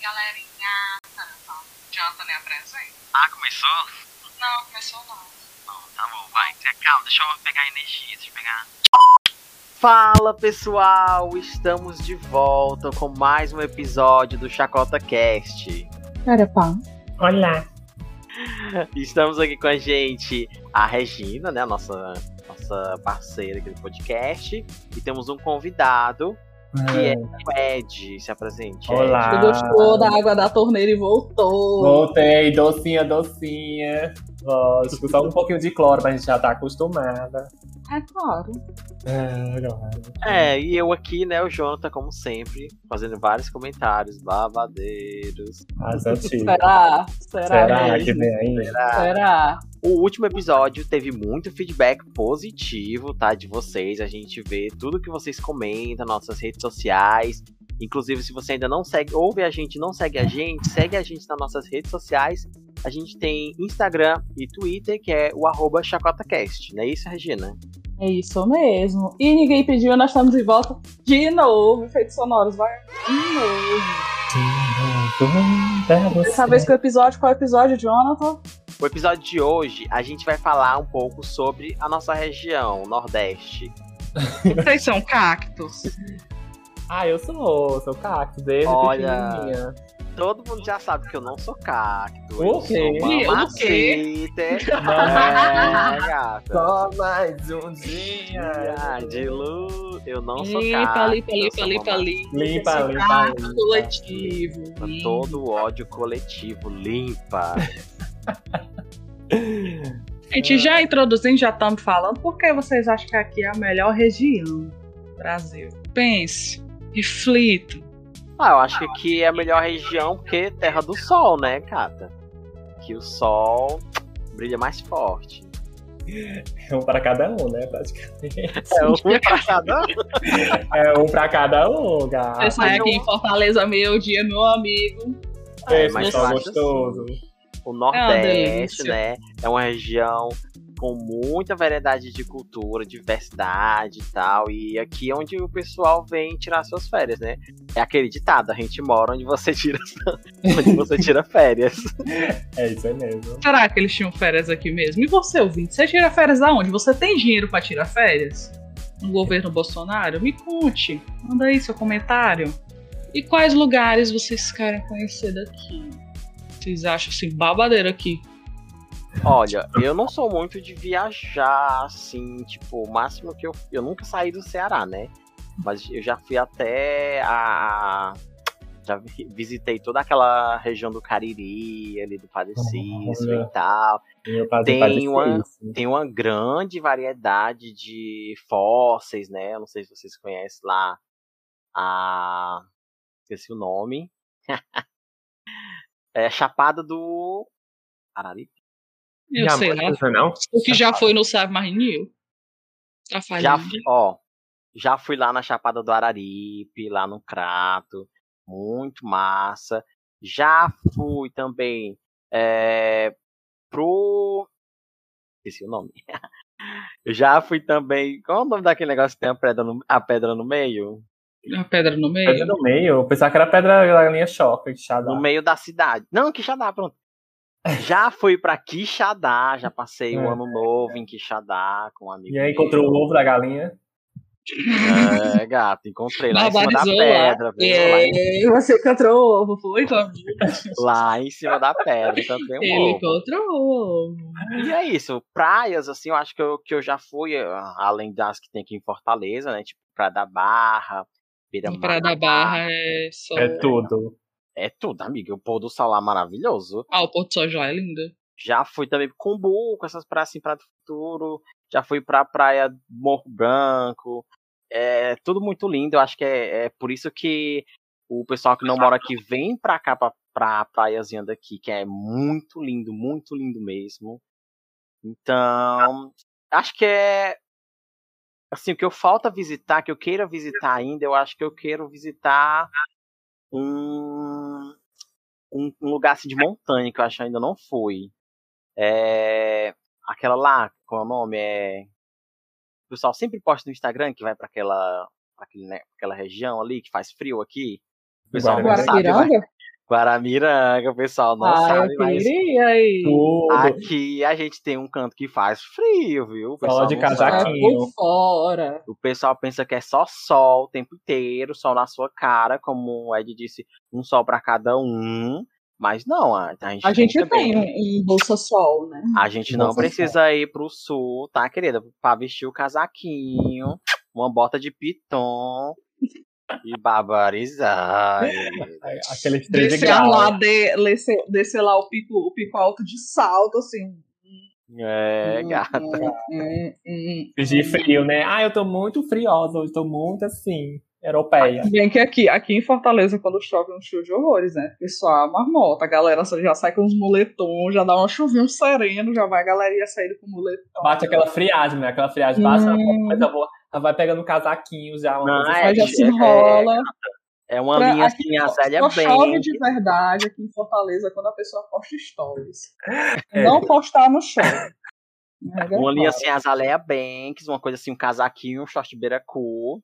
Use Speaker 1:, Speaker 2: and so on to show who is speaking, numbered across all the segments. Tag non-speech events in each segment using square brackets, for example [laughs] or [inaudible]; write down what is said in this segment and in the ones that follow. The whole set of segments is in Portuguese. Speaker 1: galerinha. Tá, tá. Jonathan nem apresenta?
Speaker 2: Ah, começou?
Speaker 1: Não, começou não.
Speaker 2: Não, tá bom, vai. Você- Calma, deixa eu pegar energia, deixa eu pegar.
Speaker 3: Fala pessoal, estamos de volta com mais um episódio do Chacota Cast.
Speaker 4: Cara, pá.
Speaker 5: Olá.
Speaker 3: Estamos aqui com a gente a Regina, né, a nossa nossa parceira aqui do podcast, e temos um convidado que é o Ed. Se apresente. Ed.
Speaker 5: Olá.
Speaker 4: Ele gostou da água da torneira e voltou.
Speaker 5: Voltei, docinha, docinha. Lógico, só um pouquinho de cloro, mas a gente já tá acostumada.
Speaker 4: É claro.
Speaker 5: Ah, claro.
Speaker 3: É, e eu aqui, né, o Jonathan, como sempre, fazendo vários comentários babadeiros.
Speaker 5: As antigas.
Speaker 4: Será? Será?
Speaker 5: Será
Speaker 4: mesmo?
Speaker 5: que vem aí?
Speaker 4: Será?
Speaker 3: O último episódio teve muito feedback positivo, tá? De vocês. A gente vê tudo que vocês comentam nas nossas redes sociais. Inclusive, se você ainda não segue, ouve a gente, não segue a gente, segue a gente nas nossas redes sociais. A gente tem Instagram e Twitter, que é o arroba chacotacast. Não é isso, Regina?
Speaker 4: É isso mesmo. E ninguém pediu, nós estamos de volta de novo. Efeitos sonoros, vai. De novo.
Speaker 5: Pra você.
Speaker 4: Dessa vez que o episódio, qual é o episódio, Jonathan?
Speaker 3: O episódio de hoje, a gente vai falar um pouco sobre a nossa região, o Nordeste.
Speaker 1: Vocês são cactos?
Speaker 5: Ah, eu sou, sou cacto desde
Speaker 3: Olha.
Speaker 5: pequenininha.
Speaker 3: Todo mundo já sabe que eu não sou cacto.
Speaker 5: O
Speaker 3: eu
Speaker 5: quê?
Speaker 3: sou uma
Speaker 1: Eu não
Speaker 3: maceta.
Speaker 5: [laughs] Não.
Speaker 3: É, gata.
Speaker 5: Só mais um dia.
Speaker 3: Ah, de luz, eu não sou
Speaker 1: Limpa,
Speaker 3: cacto.
Speaker 1: limpa,
Speaker 3: eu
Speaker 1: limpa,
Speaker 3: sou
Speaker 1: limpa,
Speaker 3: uma
Speaker 1: limpa.
Speaker 5: Limpa,
Speaker 1: Esse
Speaker 5: limpa,
Speaker 1: cacto
Speaker 5: limpa.
Speaker 1: coletivo.
Speaker 3: maceta. Todo o ódio coletivo, limpa.
Speaker 1: Gente, já introduzindo, já estamos falando. Por que vocês acham que aqui é a melhor região do Brasil? Pense, reflita.
Speaker 3: Ah, eu acho que aqui é a melhor região porque é terra do sol, né, Cata? Que o sol brilha mais forte.
Speaker 5: Um pra cada um, né, praticamente.
Speaker 3: É um pra cada um.
Speaker 5: É um pra cada um,
Speaker 1: Você
Speaker 4: É
Speaker 5: gato.
Speaker 1: sai aqui em Fortaleza meio-dia, meu amigo.
Speaker 5: É,
Speaker 3: mas
Speaker 5: mas
Speaker 3: eu
Speaker 5: só
Speaker 3: acho
Speaker 5: gostoso.
Speaker 3: assim. O
Speaker 1: delícia.
Speaker 3: Nordeste, né? É uma região com muita variedade de cultura, diversidade e tal. E aqui é onde o pessoal vem tirar suas férias, né? É aquele ditado, a gente mora onde você tira, [laughs] onde você tira férias.
Speaker 5: É isso aí mesmo.
Speaker 1: Será que eles tinham férias aqui mesmo? E você, ouvinte, você tira férias aonde? Você tem dinheiro pra tirar férias? No governo Bolsonaro? Me conte. Manda aí seu comentário. E quais lugares vocês querem conhecer daqui? Vocês acham assim, babadeiro aqui?
Speaker 3: Olha, eu não sou muito de viajar, assim, tipo, o máximo que eu. Eu nunca saí do Ceará, né? Mas eu já fui até a. a- já vi- visitei toda aquela região do Cariri, ali do Padecício
Speaker 5: Olha.
Speaker 3: e tal.
Speaker 5: Meu padre
Speaker 3: Tem
Speaker 5: padre
Speaker 3: uma-
Speaker 5: Cícero.
Speaker 3: tem uma grande variedade de fósseis, né? Eu não sei se vocês conhecem lá a. Esqueci o nome. [laughs] é Chapada do. Araripe.
Speaker 1: Eu
Speaker 5: Já
Speaker 1: sei
Speaker 5: mora,
Speaker 4: né?
Speaker 1: lá.
Speaker 5: Não?
Speaker 1: O que já foi não sabe mais nem eu. Tá
Speaker 3: Já,
Speaker 5: Uhum.
Speaker 1: falhando.
Speaker 3: fui- ó, já fui lá na Chapada do Araripe, lá no Crato. Muito massa. Já fui também é, pro. Esqueci o nome. [laughs] Já fui também. Qual é o nome daquele negócio que tem a pedra no, a pedra no meio?
Speaker 1: A pedra no meio.
Speaker 5: Pedra no meio. Eu pensava que era pedra da linha choque, que
Speaker 3: No meio da cidade. Não, Quixadá, pronto. Já fui pra Quixadá, já passei um
Speaker 5: É.
Speaker 3: ano novo em Quixadá com um amigo.
Speaker 5: E
Speaker 3: meu.
Speaker 5: aí encontrou o ovo da galinha.
Speaker 3: É, gato, encontrei lá em cima da
Speaker 1: Barbarizou
Speaker 3: pedra, viu?
Speaker 5: É.
Speaker 1: É.
Speaker 3: Lá, em,
Speaker 4: E você encontrou o ovo.
Speaker 1: Foi, então.
Speaker 3: lá em cima da pedra, encontrei um
Speaker 1: Ele
Speaker 3: ovo.
Speaker 1: encontrou.
Speaker 3: E é isso, praias, assim, eu acho que eu, que eu já fui, ah, além das que tem aqui em Fortaleza, né? Tipo, Praia da Barra, Beira
Speaker 1: A Praia da Barra é só.
Speaker 5: É tudo.
Speaker 3: É tudo, amigo. O pôr do sol lá é maravilhoso.
Speaker 1: Ah, o Porto Sol já é lindo.
Speaker 3: Já fui também pro Cumbuco, essas praias assim, Praia do Futuro. Já fui pra Praia Morro Branco. É tudo muito lindo. Eu acho que é, é por isso que o pessoal que não mora aqui vem pra cá, pra, pra praiazinha daqui, que é muito lindo, muito lindo mesmo. Então, acho que é. Assim, o que eu falta visitar, que eu queira visitar ainda, eu acho que eu quero visitar um um, um lugar assim, de montanha que eu acho que ainda não fui. É. Aquela lá, qual é o nome? É. O pessoal sempre posta no Instagram que vai pra aquela, pra aquele, né, pra aquela região ali que faz frio aqui. O pessoal não
Speaker 5: Guarapiranga.
Speaker 3: sabe. né? vai-
Speaker 4: Guarapiranga?
Speaker 3: Guaramiranga, o pessoal não
Speaker 4: Ah,
Speaker 3: sabe,
Speaker 4: eu
Speaker 3: mas
Speaker 4: queria ir.
Speaker 5: Tudo.
Speaker 3: aqui a gente tem um canto que faz frio, viu? O pessoal
Speaker 5: de
Speaker 3: não
Speaker 5: casaco.
Speaker 3: sabe.
Speaker 4: Ah, por
Speaker 5: Taquinho.
Speaker 4: fora.
Speaker 3: O pessoal pensa que é só sol o tempo inteiro, sol na sua cara, como o Ed disse, um sol pra cada um. Mas não, a, a gente,
Speaker 4: A gente
Speaker 3: também.
Speaker 4: tem um, um Bolsa Sol, né?
Speaker 3: A gente não
Speaker 5: Nossa
Speaker 3: precisa ir pro sul, tá, querida? Pra vestir o casaquinho, uma bota de piton
Speaker 4: [laughs]
Speaker 3: e barbarizar.
Speaker 5: Aqueles três
Speaker 4: Descer lá,
Speaker 5: graus.
Speaker 4: de, descer, descer lá o pico, o pico alto de salto, assim.
Speaker 3: É, gata.
Speaker 4: Hum, hum.
Speaker 5: De frio, né? Ah, eu tô muito friosa, eu tô muito assim, europeia.
Speaker 4: Bem que aqui, aqui em Fortaleza, quando chove, é um show de horrores, né? Pessoal, marmota, a galera só- já sai com uns moletons, já dá um chuvinho sereno, já vai a galeria sair com moletom. Hum,
Speaker 5: Bate aquela friagem, né? Aquela friagem baixa, mas eu vou, ela vai pegando um casaquinho já, uma
Speaker 3: Não,
Speaker 5: coisa assim.
Speaker 3: é
Speaker 4: Aí já
Speaker 3: de-
Speaker 4: se enrola.
Speaker 3: É uma
Speaker 4: Pra-
Speaker 3: linha
Speaker 4: aqui
Speaker 3: assim, a Zélia
Speaker 4: Só chove
Speaker 3: bem.
Speaker 4: de verdade aqui em Fortaleza quando a pessoa posta stories. Não postar no show.
Speaker 3: É.
Speaker 4: Né,
Speaker 3: Uma linha assim, a Zaleia Banks, uma coisa assim, um casaquinho, um short beiracu.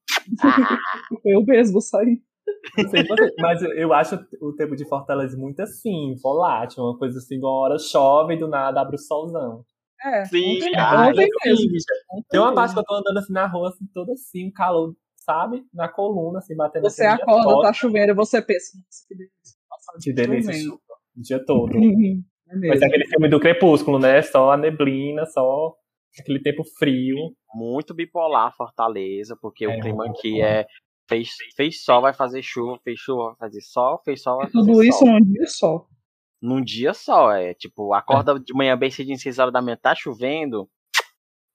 Speaker 4: Eu mesmo saí.
Speaker 5: Não sei você, mas eu- eu acho o tempo de Fortaleza muito assim, volátil, uma coisa assim, de uma hora chove e do nada abre o solzão.
Speaker 4: É,
Speaker 3: Sim,
Speaker 4: ontem,
Speaker 3: cara,
Speaker 4: ontem mesmo.
Speaker 3: sim.
Speaker 4: ontem
Speaker 5: Tem uma parte
Speaker 4: mesmo.
Speaker 5: que eu tô andando assim na rua, assim, toda assim, um calor, sabe? Na coluna, assim, batendo
Speaker 4: Você
Speaker 5: assim, o dia
Speaker 4: acorda,
Speaker 5: todo.
Speaker 4: tá chovendo, e você pensa, nossa, que delícia. Nossa,
Speaker 5: Que delícia,
Speaker 4: chovendo.
Speaker 5: chuva, o dia [laughs] todo.
Speaker 4: Uhum, É
Speaker 5: Mas
Speaker 4: mesmo.
Speaker 5: é aquele filme do Crepúsculo, né? Só a neblina, só aquele tempo frio.
Speaker 3: Muito bipolar Fortaleza, porque
Speaker 5: É,
Speaker 3: o clima
Speaker 5: muito
Speaker 3: aqui
Speaker 5: bipolar.
Speaker 3: é. Fez, fez sol, vai fazer chuva, fez chuva, vai fazer sol, fez sol, vai fazer
Speaker 4: Tudo isso
Speaker 3: sol.
Speaker 4: num dia só.
Speaker 3: Num dia só, é. Tipo, acorda de manhã bem cedinho, 6 horas da manhã, tá chovendo.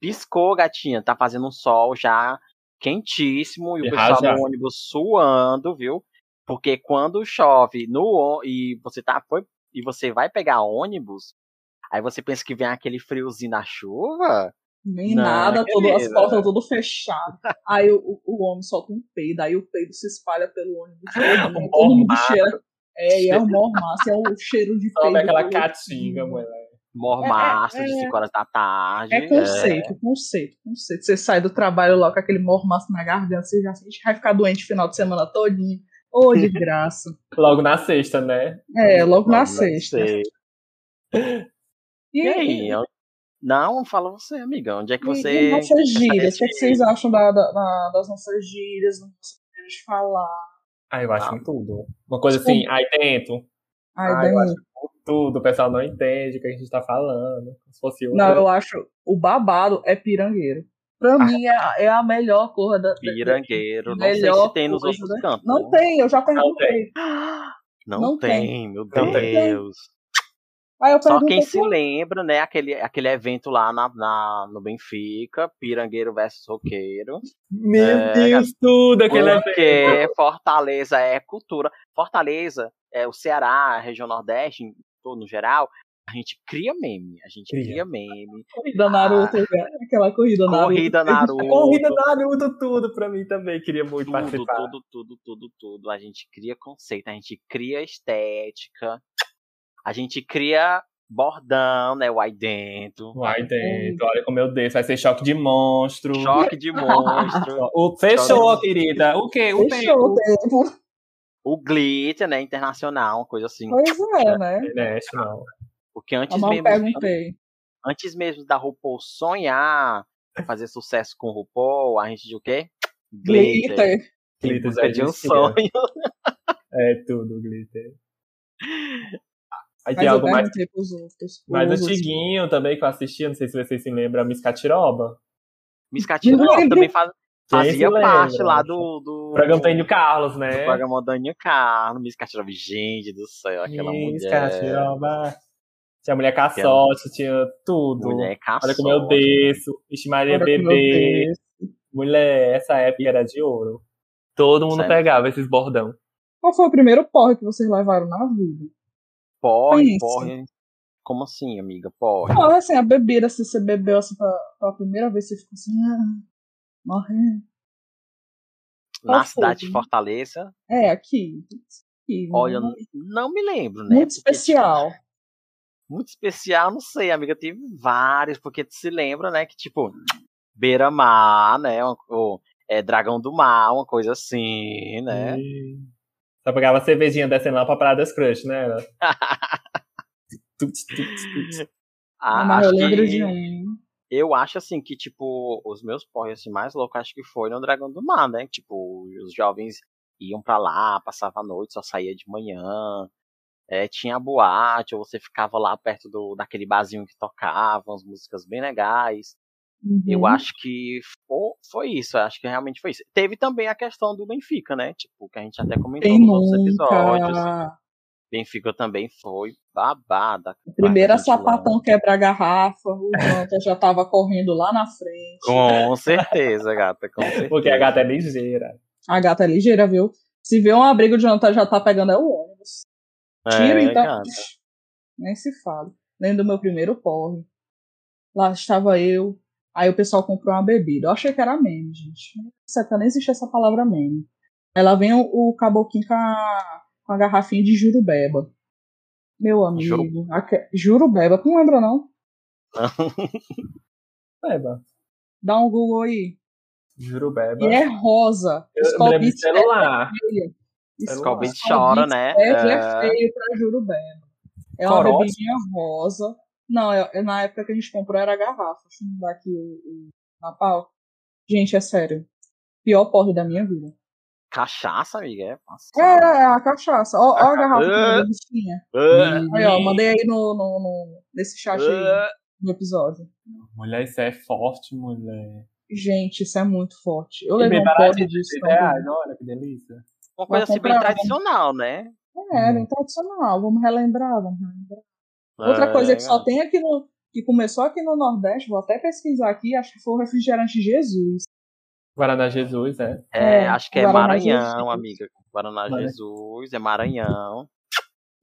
Speaker 3: Piscou, gatinha, tá fazendo um sol já quentíssimo e o
Speaker 5: E
Speaker 3: pessoal
Speaker 5: rasga.
Speaker 3: no ônibus suando, viu? Porque quando chove no ô- e você tá foi e você vai pegar ônibus, aí você pensa que vem aquele friozinho da chuva?
Speaker 4: Nem
Speaker 3: Não,
Speaker 4: nada, tudo, as
Speaker 3: querida.
Speaker 4: portas tudo fechadas. Aí o, o, o homem solta um peido, aí o peido se espalha pelo ônibus. todo, né? todo mundo
Speaker 5: mormaço.
Speaker 4: cheira. É, e é um mormaço, é o cheiro de peido.
Speaker 5: Sobe aquela
Speaker 4: pelo-
Speaker 5: caatinga, mulher.
Speaker 3: Mormaço
Speaker 4: É, é,
Speaker 3: de
Speaker 4: é.
Speaker 3: 5 horas da tarde.
Speaker 4: É conceito, conceito, conceito. Você sai do trabalho lá com aquele mormaço na garganta, você já sente que vai ficar doente o final de semana todinho. Ô, de graça.
Speaker 5: Logo na sexta, né?
Speaker 4: É, logo na
Speaker 3: Não
Speaker 4: sexta.
Speaker 3: sei.
Speaker 4: E
Speaker 3: E
Speaker 4: [laughs]
Speaker 3: aí? eu- Não, fala você, amiga. Onde é que
Speaker 4: E- e
Speaker 3: você.
Speaker 4: nossas gírias, o que, é que
Speaker 3: esse-
Speaker 4: vocês acham da- da- da- das nossas gírias, das nossas maneiras de falar?
Speaker 5: Ah, eu acho
Speaker 3: Ah.
Speaker 5: em tudo. Uma coisa assim, aí dentro.
Speaker 4: Ai,
Speaker 5: Ah, eu
Speaker 4: Dani,
Speaker 5: Tudo, o pessoal não entende o que a gente tá falando. Como se fosse outro.
Speaker 4: Não, eu acho o babado é pirangueiro. Pra mim é, é a melhor cor da.
Speaker 3: Pirangueiro. Não sei
Speaker 4: melhor
Speaker 3: se tem nos
Speaker 4: coisa,
Speaker 3: outros
Speaker 4: né?
Speaker 3: cantos.
Speaker 4: Não tem, eu já perguntei.
Speaker 3: Não,
Speaker 4: Não
Speaker 3: tem, meu
Speaker 5: Não tem.
Speaker 3: Deus.
Speaker 4: Aí Ah, eu
Speaker 3: Só
Speaker 4: perguntei.
Speaker 3: quem se lembra, né? Aquele, aquele evento lá na, na- no Benfica, Pirangueiro versus Roqueiro.
Speaker 5: Meu
Speaker 3: É,
Speaker 5: Deus, tudo aquele é- evento.
Speaker 3: Porque Fortaleza é cultura. Fortaleza, é, o Ceará, a região Nordeste, em todo no geral, a gente cria meme. A gente
Speaker 5: Cria.
Speaker 3: cria, meme.
Speaker 4: Corrida Naruto, velho. aquela Ah. corrida Naruto.
Speaker 3: Corrida
Speaker 4: [laughs]
Speaker 3: Naruto.
Speaker 5: Corrida do Naruto, tudo pra mim também. Queria muito
Speaker 3: Tudo,
Speaker 5: participar.
Speaker 3: tudo, tudo, tudo, tudo. A gente cria conceito, a gente cria estética, a gente cria bordão, né? O aí dentro.
Speaker 5: Vai dentro, olha como eu desço. Vai ser choque de monstro.
Speaker 3: Choque de monstro.
Speaker 5: [laughs] O, fechou, querida. O quê? O
Speaker 4: Fechou o tempo.
Speaker 3: o glitter, né, internacional, uma coisa assim.
Speaker 4: Pois é, né?
Speaker 5: tempo. Mexe, não.
Speaker 3: Porque antes
Speaker 4: Eu não
Speaker 3: mesmo,
Speaker 4: perguntei.
Speaker 3: antes mesmo da RuPaul sonhar fazer sucesso com RuPaul, a gente de o quê? Glitter.
Speaker 4: Glitter.
Speaker 3: Em
Speaker 5: Glitter
Speaker 3: busca
Speaker 5: já
Speaker 3: de um
Speaker 5: existia.
Speaker 3: sonho.
Speaker 5: É tudo, glitter.
Speaker 4: Mas
Speaker 5: Aí tem
Speaker 4: eu assim.
Speaker 5: algo mais,
Speaker 4: perguntei pros outros.
Speaker 5: mais
Speaker 4: Os-
Speaker 5: antiguinho também que eu assistia, não sei se vocês se lembram, a Miss Catiroba.
Speaker 3: Miss Catinho
Speaker 4: lembro.
Speaker 3: também faz-
Speaker 5: Quem
Speaker 3: fazia
Speaker 5: se
Speaker 3: parte
Speaker 5: lembra?
Speaker 3: lá do... do
Speaker 5: O programa do Antônio Carlos, né?
Speaker 3: do programa da Aninha Carlos, Miss Catinho. Gente do céu, aquela
Speaker 5: Miss
Speaker 3: mulher...
Speaker 5: Catiroba. Tinha mulher caçote, tinha tudo.
Speaker 3: Mulher
Speaker 5: Olha
Speaker 3: caçote.
Speaker 5: como eu desço. Vixe Maria
Speaker 4: Olha como eu
Speaker 5: né, Bebê. Mulher, essa época era de ouro. Todo mundo
Speaker 3: Sério.
Speaker 5: pegava esses bordão.
Speaker 4: Qual foi o primeiro porre que vocês levaram na vida?
Speaker 3: Porre,
Speaker 4: Isso.
Speaker 3: porre. Como assim, amiga? Porre.
Speaker 4: Não, assim, a bebida, assim, você bebeu assim pra, pra primeira vez, você ficou assim, ah, morrendo. qual
Speaker 3: Na
Speaker 4: foi,
Speaker 3: cidade de
Speaker 4: né?
Speaker 3: Fortaleza.
Speaker 4: É, aqui. aqui
Speaker 3: Olha,
Speaker 4: né?
Speaker 3: não me lembro, né?
Speaker 4: Muito
Speaker 3: Porque, tipo,
Speaker 4: especial.
Speaker 3: Muito especial, não sei, amiga. Teve vários, porque tu se lembra, né? Que tipo, Beira-Mar, né? Ou, ou, é, Dragão do Mar, uma coisa assim, né?
Speaker 5: E- Só pegava a cervejinha descendo lá pra Praia das Crush, né? [laughs] Era... Tuts, tuts, tuts.
Speaker 3: Ah,
Speaker 4: mas eu
Speaker 3: acho
Speaker 4: lembro
Speaker 3: que-
Speaker 4: de um.
Speaker 3: Eu acho assim que, tipo, os meus porres assim, mais loucos acho que foi no Dragão do Mar, né? Tipo, os jovens iam pra lá, passava a noite, só saía de manhã. É, tinha a boate, ou você ficava lá perto do, daquele barzinho que tocava, umas músicas bem legais.
Speaker 4: uhum,
Speaker 5: Uhum.
Speaker 3: Eu acho que fo- foi isso, eu acho que realmente foi isso. Teve também a questão do Benfica, né? Tipo, que a gente até comentou
Speaker 4: Tem um
Speaker 3: nos outros episódios. assim,
Speaker 4: nunca.
Speaker 3: Benfica também foi babada.
Speaker 4: Primeira
Speaker 3: Bastante
Speaker 4: é sapatão quebra a garrafa,
Speaker 3: [laughs]
Speaker 4: o Jota já tava correndo lá na frente.
Speaker 3: Com certeza, gata, com certeza.
Speaker 5: [laughs] Porque a gata é ligeira.
Speaker 4: A gata é ligeira, viu? Se vê um abrigo de Jota já tá pegando é o ônibus. Tiro,
Speaker 3: É,
Speaker 4: então.
Speaker 3: gata.
Speaker 4: Nem se fala. Lembro do meu primeiro porre. Lá estava eu. Aí o pessoal comprou uma bebida. Eu achei que era meme, gente. Nessa época nem existia essa palavra meme. Aí lá vem o, o caboclinho com a, com a garrafinha de jurubeba. Meu amigo.
Speaker 3: Juru-
Speaker 4: aque- jurubeba. Tu não lembra, não?
Speaker 5: Beba.
Speaker 4: Dá um Google aí.
Speaker 5: Juro, beba.
Speaker 4: E é rosa.
Speaker 5: Eu me
Speaker 4: Skull
Speaker 5: lembro de
Speaker 4: Beats é
Speaker 5: celular.
Speaker 4: feia.
Speaker 5: Celular.
Speaker 3: Scooby chora, né?
Speaker 4: É,
Speaker 3: É.
Speaker 4: é feio pra jurubeba. É uma
Speaker 5: Corote?
Speaker 4: bebidinha rosa. Não, eu- eu- na época que a gente comprou era garrafa. Deixa eu mudar aqui o, o na pau. Gente, é sério. Pior porre da minha vida.
Speaker 3: Cachaça, amiga. É, passado.
Speaker 4: É, é a cachaça. Ó, ó a garrafa
Speaker 3: Ah.
Speaker 4: que eu tinha.
Speaker 3: Ah,
Speaker 4: Aí, né? ó, mandei aí no, no, no- nesse chat aí,
Speaker 3: ah.
Speaker 4: no episódio.
Speaker 5: Mulher, isso é forte, mulher.
Speaker 4: Gente, isso é muito forte. Eu
Speaker 5: E
Speaker 4: levei
Speaker 5: bem
Speaker 4: um né?
Speaker 5: baratinho,
Speaker 4: pote de
Speaker 5: 16
Speaker 4: estômago.
Speaker 5: reais, olha que delícia.
Speaker 3: Uma coisa assim bem
Speaker 4: comprar um.
Speaker 3: tradicional, né?
Speaker 4: É, bem tradicional. Vamos relembrar, vamos relembrar.
Speaker 3: Ah,
Speaker 4: Outra coisa que só
Speaker 3: legal.
Speaker 4: tem aqui no. que começou aqui no Nordeste, vou até pesquisar aqui, acho que foi o refrigerante Jesus.
Speaker 5: Guaraná Jesus, é.
Speaker 3: É,
Speaker 4: é,
Speaker 3: acho que é
Speaker 4: Guaraná
Speaker 3: Maranhão,
Speaker 4: Jesus. né?
Speaker 3: amiga. Guaraná
Speaker 5: Olha.
Speaker 3: Jesus, é Maranhão.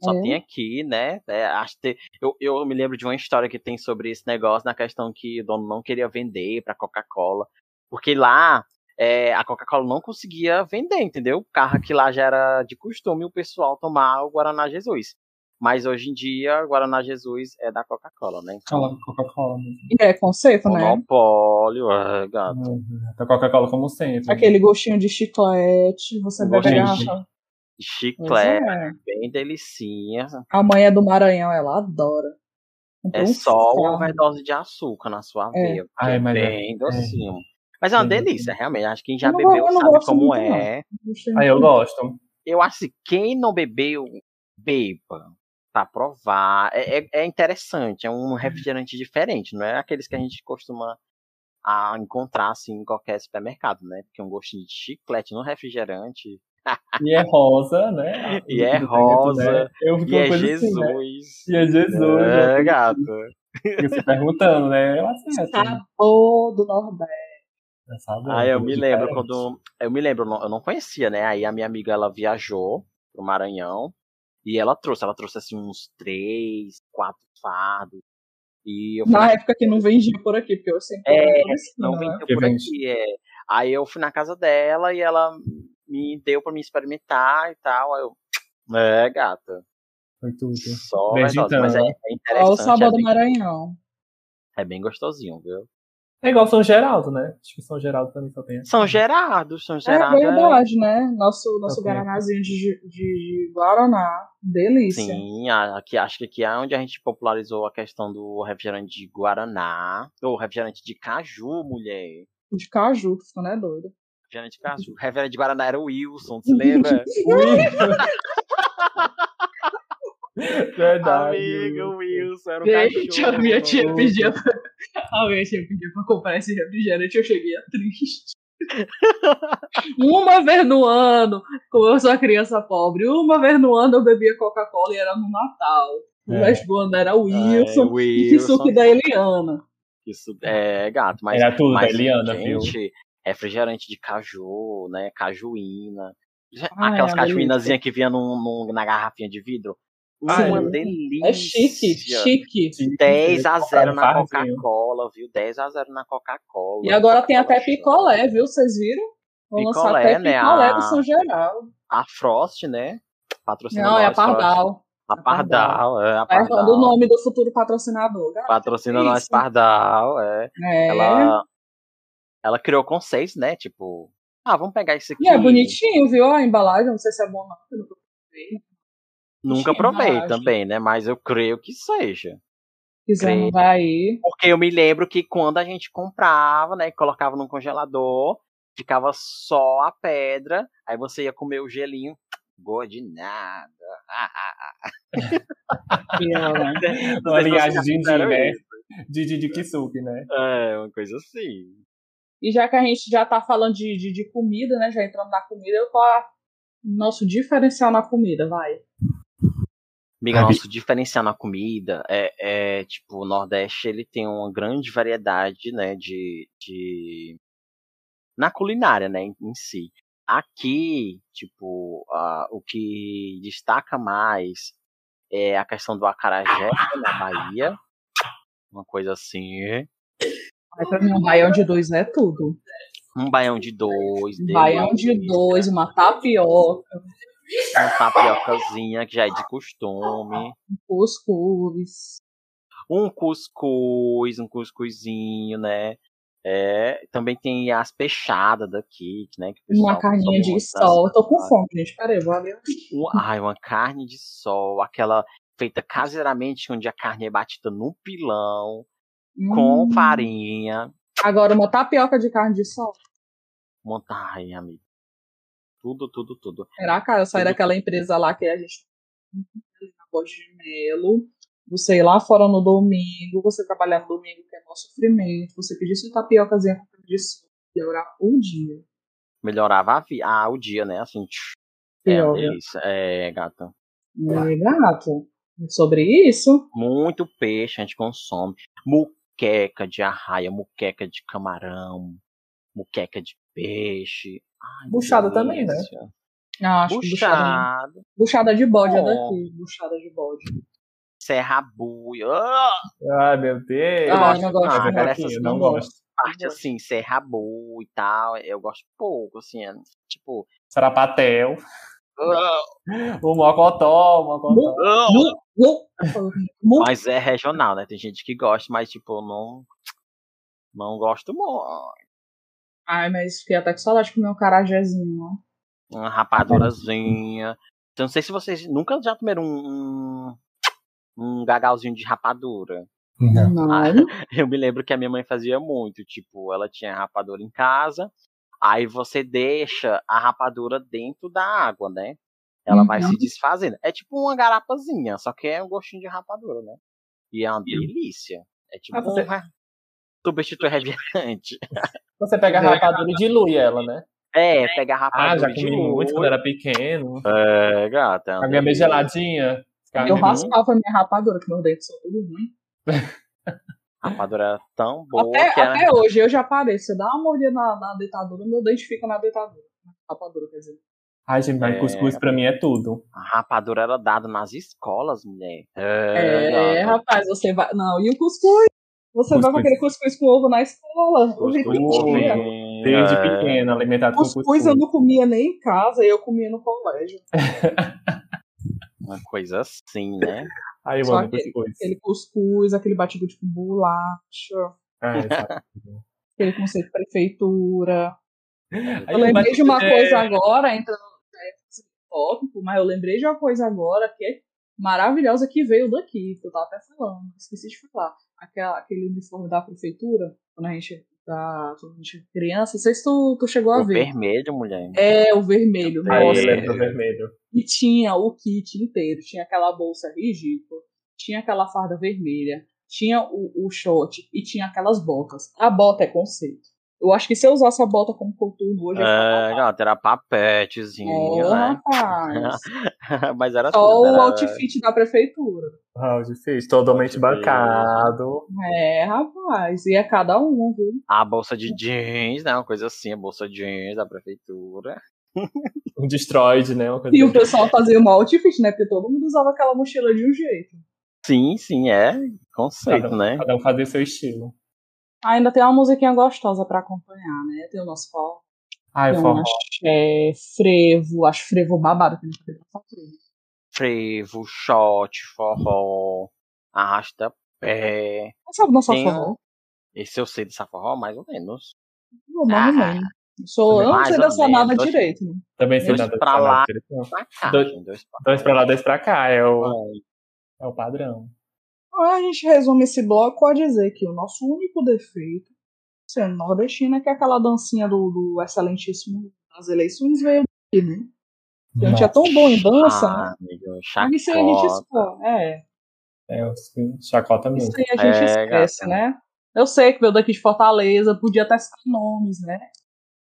Speaker 3: Só
Speaker 4: É.
Speaker 3: tem aqui, né? É, acho que tem- eu, eu me lembro de uma história que tem sobre esse negócio, na questão que o dono não queria vender pra Coca-Cola. Porque lá é, a Coca-Cola não conseguia vender, entendeu? O carro que lá já era de costume o pessoal tomar o Guaraná Jesus. Mas hoje em dia, o Guaraná Jesus é da Coca-Cola, né? Então,
Speaker 5: Cola, Coca-Cola. mesmo.
Speaker 4: E é conceito, né?
Speaker 3: Monopólio, é, gato.
Speaker 5: Uhum. Tá Coca-Cola como sempre.
Speaker 4: Aquele gostinho de chiclete, você
Speaker 5: Um
Speaker 4: bebe a
Speaker 5: gostinho de
Speaker 4: garrafa. Pois
Speaker 3: Chiclete,
Speaker 4: é.
Speaker 3: bem delicinha.
Speaker 4: A mãe é do Maranhão, ela adora. Comprou
Speaker 3: É
Speaker 4: um
Speaker 3: só
Speaker 4: carro.
Speaker 3: uma overdose de açúcar na sua
Speaker 4: É.
Speaker 3: veia. porque
Speaker 5: Ai,
Speaker 3: é
Speaker 5: mas é-
Speaker 3: bem docinho. Mas é uma
Speaker 5: Sim.
Speaker 3: delícia, realmente. Acho que quem já
Speaker 4: Eu não
Speaker 3: bebeu
Speaker 4: gosto- eu não
Speaker 3: sabe
Speaker 4: gosto
Speaker 3: como
Speaker 4: muito, não.
Speaker 3: é.
Speaker 4: Gostei
Speaker 5: Aí Ah, eu
Speaker 4: muito.
Speaker 5: gosto.
Speaker 3: Eu acho que quem não bebeu, beba. Pra provar. É, é- é interessante. É um refrigerante diferente. Não é aqueles que a gente costuma a encontrar assim, em qualquer supermercado, né? Porque um gostinho de chiclete no refrigerante.
Speaker 5: E é rosa, né?
Speaker 3: E é
Speaker 5: Né?
Speaker 3: rosa.
Speaker 5: Eu fico
Speaker 3: E
Speaker 5: uma
Speaker 3: é
Speaker 5: coisa
Speaker 3: Jesus.
Speaker 5: assim, né? E é Jesus.
Speaker 3: É,
Speaker 5: eu
Speaker 3: gato.
Speaker 5: fico se perguntando, né? Eu acerto.
Speaker 4: Sabor do Nordeste.
Speaker 5: né? Sabe?
Speaker 3: Ah, eu me lembro
Speaker 5: Diferente.
Speaker 3: quando. Eu me lembro, eu não- eu não conhecia, né? Aí a minha amiga ela viajou pro Maranhão e ela trouxe, ela trouxe assim uns três, quatro fardos. E eu fui
Speaker 4: Na
Speaker 3: na,
Speaker 4: época que não vendia por aqui, porque eu sempre
Speaker 3: É,
Speaker 4: comprava por esquina,
Speaker 3: não
Speaker 4: né?
Speaker 3: vendeu
Speaker 5: Que
Speaker 3: por
Speaker 5: vende.
Speaker 3: aqui, é. Aí eu fui na casa dela e ela me deu pra me experimentar e tal. Aí eu. É, gata.
Speaker 5: Foi tudo.
Speaker 3: Só
Speaker 5: Vende
Speaker 3: overdose, mas é, é
Speaker 5: então,
Speaker 4: Olha o
Speaker 3: interessante. É
Speaker 4: sabor do
Speaker 3: bem,
Speaker 4: Maranhão.
Speaker 3: é bem gostosinho, viu?
Speaker 5: É igual São Geraldo, né? Acho que São Geraldo também só tem. essa.
Speaker 3: São Gerardo, São
Speaker 4: É
Speaker 3: Gerardo. é-
Speaker 4: verdade, né? Nosso, nosso
Speaker 5: Ok.
Speaker 4: Guaranazinho de, de, Guaraná.
Speaker 1: é
Speaker 4: Delícia.
Speaker 3: Sim, a- aqui, acho que aqui é onde a gente popularizou a questão do refrigerante de Guaraná. Ou refrigerante de caju, mulher.
Speaker 4: De caju, que ficou, né, doido.
Speaker 3: Refrigerante de
Speaker 1: [laughs]
Speaker 3: caju. Refrigerante de Guaraná era o Wilson, se lembra?
Speaker 5: Verdade.
Speaker 3: Amigo, Wilson, era o
Speaker 1: Gente, a minha
Speaker 3: cachorro.
Speaker 1: tia pedia pra... [laughs] A minha tia pedia pra comprar esse refrigerante, eu cheguei a triste. uma vez no ano, como eu sou criança pobre, uma vez no ano eu bebia Coca-Cola e era no Natal. O
Speaker 5: É.
Speaker 1: resto do ano era
Speaker 3: Wilson,
Speaker 1: Wilson e Kisuke
Speaker 3: Wilson. é
Speaker 1: da Eliana.
Speaker 3: Isso, é, gato, mas.
Speaker 5: Era tudo,
Speaker 3: mas,
Speaker 5: da Eliana, viu?
Speaker 3: gente, refrigerante de caju, né? Cajuína.
Speaker 1: Ai,
Speaker 3: Aquelas
Speaker 1: é uma
Speaker 3: cajuínazinhas que vinha num, num- na garrafinha de vidro.
Speaker 5: Ai,
Speaker 3: uma
Speaker 5: é
Speaker 3: delícia.
Speaker 4: É chique, chique.
Speaker 3: 10 a 0 na
Speaker 5: Fardinho.
Speaker 3: Coca-Cola, viu? 10 a 0 na Coca-Cola.
Speaker 4: E agora tem até
Speaker 3: Coca-Cola.
Speaker 4: picolé, viu? Vocês viram? Vão lançar
Speaker 3: Picolé,
Speaker 4: até
Speaker 3: né?
Speaker 4: picolé
Speaker 3: A-
Speaker 4: do São Geraldo.
Speaker 3: A Frost, né? Patrocina
Speaker 4: Não, é a
Speaker 3: nós, Frost.
Speaker 4: Pardal.
Speaker 3: A Pardal, é a
Speaker 4: Tá
Speaker 3: Pardal.
Speaker 4: errando o nome do futuro patrocinador. galera.
Speaker 3: Patrocina
Speaker 4: Isso.
Speaker 3: nós Pardal, é.
Speaker 4: É.
Speaker 3: Ela ela criou conceitos, né? Tipo, Ah, vamos pegar esse aqui.
Speaker 4: E é bonitinho, viu? A embalagem, não sei se é bom ou não. porque eu nunca provei. Bonitinha
Speaker 3: Nunca
Speaker 4: a
Speaker 3: provei
Speaker 4: embalagem.
Speaker 3: também, né? Mas eu creio que seja.
Speaker 4: Quiser, não
Speaker 3: Creio.
Speaker 4: vai aí.
Speaker 3: Porque eu me lembro que quando a gente comprava, né, e colocava no congelador, ficava só a pedra, aí você ia comer o gelinho, boa de nada. Ah, ah, ah.
Speaker 4: né?
Speaker 3: Não
Speaker 5: [laughs] Uma
Speaker 3: sei se
Speaker 5: linhagem
Speaker 3: vocês
Speaker 5: de Didi,
Speaker 3: fizeram
Speaker 5: né?
Speaker 3: isso.
Speaker 5: Didi de Kisuke, né?
Speaker 3: É, uma coisa assim.
Speaker 4: E já que a gente já tá falando de, de, de comida, né? Já entrando na comida, eu qual o nosso diferencial na comida, vai.
Speaker 3: Amiga,
Speaker 5: Abi-
Speaker 3: nosso diferencial na comida é, é, tipo, o Nordeste, ele tem uma grande variedade, né, de, de... Na culinária, né, em em si. Aqui, tipo, ah, o que destaca mais é a questão do acarajé na Bahia. Uma coisa assim,
Speaker 4: Aí pra mim, um baião de dois é tudo.
Speaker 3: um baião de dois.
Speaker 4: Um baião de
Speaker 3: delícia,
Speaker 4: dois, uma tapioca,
Speaker 3: Uma tapiocazinha, que já é de costume.
Speaker 4: um cuscuz.
Speaker 3: um cuscuz, um cuscuzinho, né? É, também tem as peixadas daqui, né? que o pessoal
Speaker 4: Uma carninha
Speaker 3: come
Speaker 4: de
Speaker 3: muito
Speaker 4: sol. Eu tô com
Speaker 3: nas-
Speaker 4: fome, gente. Peraí, vou abrir.
Speaker 3: Um- ai, uma carne de sol, aquela feita caseiramente, onde a carne é batida num pilão,
Speaker 4: Hum.
Speaker 3: com farinha.
Speaker 4: Agora, uma tapioca de carne de sol.
Speaker 3: Montanha, amigo. Tudo, tudo, tudo.
Speaker 4: Será, cara? Eu saí daquela empresa lá que a gente tá na Voz de Melo. Você ir lá fora no domingo, você trabalhar no domingo, que é maior sofrimento. Você pedir sua tapiocazinha com carne de sol. Melhorar o dia.
Speaker 3: Melhorava a vi- ah, o dia, né? Assim, tch, é,
Speaker 4: Pior.
Speaker 3: uma delícia. é, gata.
Speaker 4: É, gato. É Sobre isso,
Speaker 3: Muito peixe a gente consome. Muqueca de arraia, muqueca de camarão, muqueca de peixe. Ai, que
Speaker 5: Buchada também, né?
Speaker 3: delícia.
Speaker 4: ah, acho que buchada,
Speaker 3: Buchada,
Speaker 4: buchada de bode é
Speaker 3: Oh.
Speaker 4: daqui. Buchada de bode.
Speaker 3: serrabuia. Ah,
Speaker 5: Ai, meu Deus.
Speaker 4: Ah, não gosto,
Speaker 5: Ah,
Speaker 4: não
Speaker 5: cara,
Speaker 3: gosto,
Speaker 5: assim, eu
Speaker 3: não
Speaker 5: não gosto.
Speaker 3: parte assim, serrabu e tal. Eu gosto pouco, assim. é, Tipo.
Speaker 5: Sarapatel.
Speaker 3: ah,
Speaker 5: O mocotó, o mocotó.
Speaker 3: ah.
Speaker 4: Hum. Não, não.
Speaker 3: Mas é regional, né? Tem gente que gosta, mas tipo, eu não. Não gosto muito.
Speaker 4: Ai, mas fiquei até com saudade de comer um carajézinho, ó.
Speaker 3: Uma rapadurazinha. Eu não sei se vocês nunca já comeram um. Um gagalzinho de rapadura. [laughs]
Speaker 5: Não.
Speaker 4: Não.
Speaker 3: Eu me lembro que a minha mãe fazia muito, tipo, ela tinha rapadura em casa, aí você deixa a rapadura dentro da água, né? Ela vai
Speaker 5: Uhum.
Speaker 3: se desfazendo. É tipo uma garapazinha, só que é um gostinho de rapadura, né? E é uma delícia. É tipo
Speaker 5: Ah, você-
Speaker 3: um ra- substituto refrigerante. [laughs]
Speaker 5: Você pega a rapadura e dilui ela, né? [laughs]
Speaker 3: É, pega a rapadura
Speaker 5: Ah, já
Speaker 3: de
Speaker 5: comi
Speaker 3: molho.
Speaker 5: muito quando era pequeno.
Speaker 3: É, gata. é uma
Speaker 5: A minha meio
Speaker 3: delícia.
Speaker 5: geladinha. Ficava
Speaker 4: Eu
Speaker 3: Uhum.
Speaker 4: raspava minha rapadura, que meus dentes são tudo ruim.
Speaker 3: Rapadura era tão boa
Speaker 4: Até,
Speaker 3: que é era...
Speaker 4: até hoje eu já parei. Se eu dar uma mordida na, na dentadura, meu dente fica na dentadura. Na rapadura, quer dizer.
Speaker 5: Ai, gente, mas
Speaker 3: É.
Speaker 5: cuscuz pra mim é tudo.
Speaker 3: a rapadura era dada nas escolas, mulher.
Speaker 4: É,
Speaker 3: gata.
Speaker 4: rapaz, você vai. Não, e o cuscuz? Você vai com
Speaker 5: Cuscuz.
Speaker 4: aquele cuscuz com ovo na escola. Eu
Speaker 3: Cuscuz
Speaker 4: repito,
Speaker 5: com
Speaker 4: né?
Speaker 3: ovo.
Speaker 5: Desde
Speaker 3: É.
Speaker 5: pequeno, alimentado com
Speaker 4: Cuscuz
Speaker 5: cuscuz.
Speaker 4: eu não comia nem em casa, eu comia no colégio.
Speaker 3: Uma coisa assim,
Speaker 4: [laughs]
Speaker 3: né?
Speaker 5: Ai, eu
Speaker 4: Só
Speaker 5: amo
Speaker 4: aquele- [laughs]
Speaker 5: cuscuz.
Speaker 4: Aquele cuscuz, aquele batido de bolacha,
Speaker 5: Ai, sabe?
Speaker 4: aquele conceito de prefeitura.
Speaker 5: Aí
Speaker 4: Eu
Speaker 5: ele
Speaker 4: lembrei
Speaker 5: bate-
Speaker 4: de uma
Speaker 5: é,
Speaker 4: coisa agora, entrando no tópico, mas eu lembrei de uma coisa agora que é maravilhosa que veio daqui, que eu tava até falando, esqueci de falar. Aquela, aquele uniforme da prefeitura, quando a gente, da, quando a gente era criança, não sei se tu, tu chegou a
Speaker 3: O
Speaker 4: ver.
Speaker 3: vermelho, mulher.
Speaker 4: É, o vermelho,
Speaker 3: Aí,
Speaker 5: Ai,
Speaker 4: nossa.
Speaker 5: ele
Speaker 3: é.
Speaker 5: lembra vermelho.
Speaker 4: E tinha o kit inteiro, tinha aquela bolsa ridícula, tinha aquela farda vermelha, tinha o, o short e tinha aquelas botas. A bota é conceito. Eu acho que se eu usasse a bota como coturno hoje, eu ia
Speaker 3: É, galera, era papetezinho,
Speaker 4: Oh,
Speaker 3: né?
Speaker 4: rapaz.
Speaker 3: [laughs] Mas
Speaker 4: Só
Speaker 3: era Tá tudo,
Speaker 4: o
Speaker 3: era-
Speaker 4: outfit da prefeitura.
Speaker 5: Ah, difícil. Totalmente bancado.
Speaker 4: É, rapaz. E é cada um,
Speaker 3: [laughs]
Speaker 4: viu?
Speaker 3: a bolsa de jeans, né? Uma coisa assim, a bolsa de jeans da prefeitura.
Speaker 5: Um destroyed, né? Uma coisa
Speaker 4: E o pessoal fazia um outfit, né? Porque todo mundo usava aquela mochila de um jeito.
Speaker 3: Sim, sim, é conceito,
Speaker 5: Cada um-
Speaker 3: né?
Speaker 5: Cada um fazia seu estilo.
Speaker 4: Ainda tem uma musiquinha gostosa pra acompanhar, né? Tem o nosso forró,
Speaker 5: Ai,
Speaker 3: É,
Speaker 4: tem
Speaker 5: eu
Speaker 4: o
Speaker 5: forró.
Speaker 4: axé, frevo, acho frevo babado que a gente fez só frevo.
Speaker 3: Frevo, shot, forró, arrasta pé.
Speaker 4: Mas sabe dançar
Speaker 3: Tem um-
Speaker 4: forró?
Speaker 3: Esse eu sei dessa forró, mais ou menos.
Speaker 4: Não, mais ou
Speaker 3: Ah.
Speaker 4: menos. Sou, eu não
Speaker 3: Mais
Speaker 4: sei
Speaker 3: ou
Speaker 4: dançar
Speaker 3: menos,
Speaker 4: nada
Speaker 3: dois-
Speaker 4: direito. né?
Speaker 5: Também sei
Speaker 3: Dois
Speaker 5: nada
Speaker 3: pra
Speaker 5: pra
Speaker 3: lá.
Speaker 5: lá. Não.
Speaker 3: Pra cá,
Speaker 5: Dois-
Speaker 3: gente, dois pra
Speaker 5: Dois pra lá, dois pra cá. É o,
Speaker 3: lá.
Speaker 5: é o padrão.
Speaker 4: Ah, A gente resume esse bloco a dizer que o nosso único defeito sendo nordestino é que aquela dancinha do, do excelentíssimo das eleições veio daqui, né? A gente é tão bom em dança, né?
Speaker 3: Ah, amigo,
Speaker 4: Mas Isso aí a gente
Speaker 3: chacota.
Speaker 4: esquece. É,
Speaker 5: É, o chacota
Speaker 4: isso
Speaker 5: mesmo.
Speaker 4: aí a gente
Speaker 3: É,
Speaker 4: esquece,
Speaker 3: gata.
Speaker 4: né? Eu sei que veio daqui de Fortaleza, podia até citar nomes, né?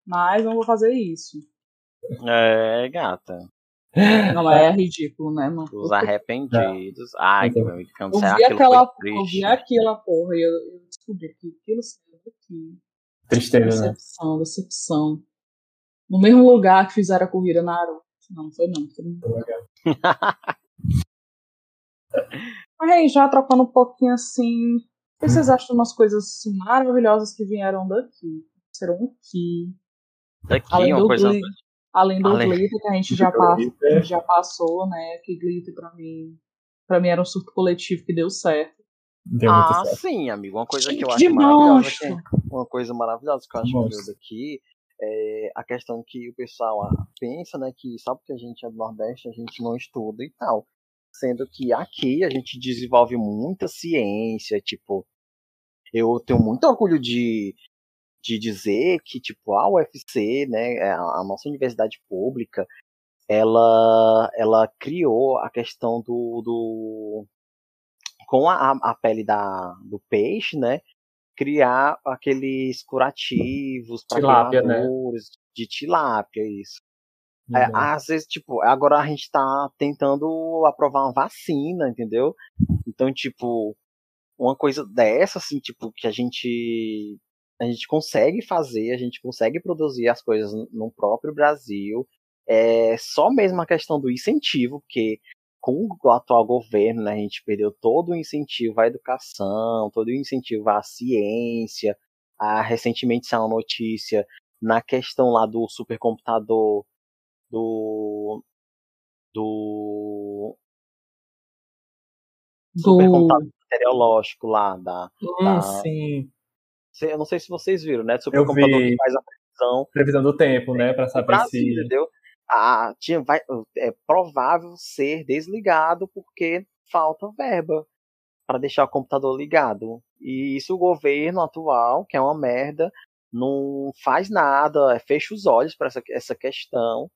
Speaker 4: Mas não vou fazer isso.
Speaker 3: É, gata.
Speaker 4: Não é ridículo, né, mano?
Speaker 3: Os arrependidos. Ai, que
Speaker 5: Então,
Speaker 3: meu
Speaker 4: Eu
Speaker 3: cancelar
Speaker 4: vi
Speaker 3: é aquilo
Speaker 4: aquela,
Speaker 3: foi
Speaker 4: eu
Speaker 3: triste.
Speaker 4: vi aquela porra e eu, eu descobri que aquilo saiu daqui.
Speaker 5: Tristeza, né?
Speaker 4: Decepção, decepção. No mesmo lugar que fizeram a corrida na Aruto. Não, foi não. Foi não. [laughs] Mas aí, já trocando um pouquinho assim. O que vocês acham de umas coisas assim, maravilhosas que vieram daqui? Serão aqui.
Speaker 3: Daqui,
Speaker 4: Além
Speaker 3: é uma
Speaker 4: do,
Speaker 3: coisa.
Speaker 4: gli- além do
Speaker 3: Além-
Speaker 4: glitter que a gente já, passa,
Speaker 5: Glitter.
Speaker 4: que a gente já passou, né? Que glitter pra mim. Pra mim era um surto coletivo que deu certo.
Speaker 5: Deu muito
Speaker 3: Ah,
Speaker 5: certo.
Speaker 3: sim, amigo. Uma coisa que eu
Speaker 4: Gente,
Speaker 3: acho
Speaker 4: de
Speaker 3: maravilhosa.
Speaker 4: monstro.
Speaker 3: que- Uma coisa maravilhosa que eu acho
Speaker 5: Monstro.
Speaker 3: que veio daqui é a questão que o pessoal ah, pensa, né? Que só porque a gente é do Nordeste, a gente não estuda e tal. Sendo que aqui a gente desenvolve muita ciência, tipo. Eu tenho muito orgulho de, de dizer que, tipo, a UFC, né, é a a nossa universidade pública, ela, ela criou a questão do, do com a, a pele da, do peixe, né, criar aqueles curativos para
Speaker 5: Tilápia, né?
Speaker 3: de tilápia, isso. É,
Speaker 5: Uhum.
Speaker 3: às vezes, tipo, agora a gente tá tentando aprovar uma vacina, entendeu? Então, tipo, uma coisa dessa, assim, tipo, que a gente a gente consegue fazer, a gente consegue produzir as coisas no- no próprio Brasil. É só mesmo a questão do incentivo, porque com o atual governo, né, a gente perdeu todo o incentivo à educação, todo o incentivo à ciência. A, recentemente saiu uma notícia na questão lá do supercomputador do. do supercomputador meteorológico lá da.
Speaker 5: Hum,
Speaker 3: tá.
Speaker 5: sim.
Speaker 3: Cê- Eu não sei se vocês viram, né? Supercomputador
Speaker 5: vi.
Speaker 3: que faz a previsão
Speaker 5: Previsão do tempo, né? Pra
Speaker 3: do
Speaker 5: saber
Speaker 3: Brasil,
Speaker 5: se.
Speaker 3: entendeu? Ah, tinha, vai, é provável ser desligado porque falta verba para deixar o computador ligado. E isso o governo atual, que é uma merda, não faz nada, é, fecha os olhos para essa, essa questão.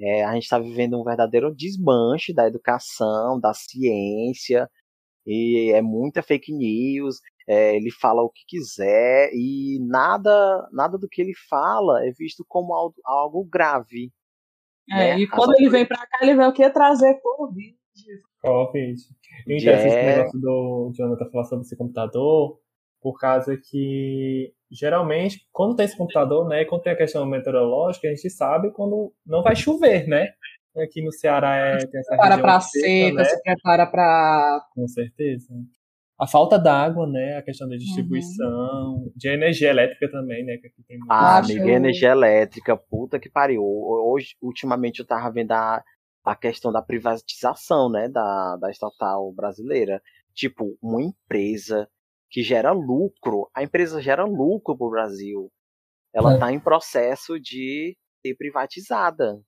Speaker 3: É, a gente está vivendo um verdadeiro desmanche da educação, da ciência, e é muita fake news. é, ele fala o que quiser e nada, nada do que ele fala é visto como algo, algo grave.
Speaker 4: É,
Speaker 3: né?
Speaker 4: e quando ele vem pra cá, ele vem o quê? Trazer Covid.
Speaker 5: Covid. E o interessante
Speaker 3: É.
Speaker 5: esse negócio do Jonathan falar sobre esse computador, por causa que geralmente, quando tem esse computador, né, e quando tem a questão meteorológica, a gente sabe quando não vai chover, né? Aqui no Ceará é, tem essa
Speaker 4: Prepara
Speaker 5: região
Speaker 4: pra
Speaker 5: seca,
Speaker 4: seca,
Speaker 5: né?
Speaker 4: se prepara pra.
Speaker 5: Com certeza. A falta d'água, né? A questão da distribuição, de energia elétrica também, né? Que aqui tem muito.
Speaker 3: Ah,
Speaker 4: Uhum. acho-
Speaker 3: amiga, energia elétrica, puta que pariu. Hoje, ultimamente, eu tava vendo a, a questão da privatização, né, da, da estatal brasileira. Tipo, uma empresa que gera lucro, a empresa gera lucro pro Brasil. Ela
Speaker 5: É.
Speaker 3: tá em processo de ser privatizada.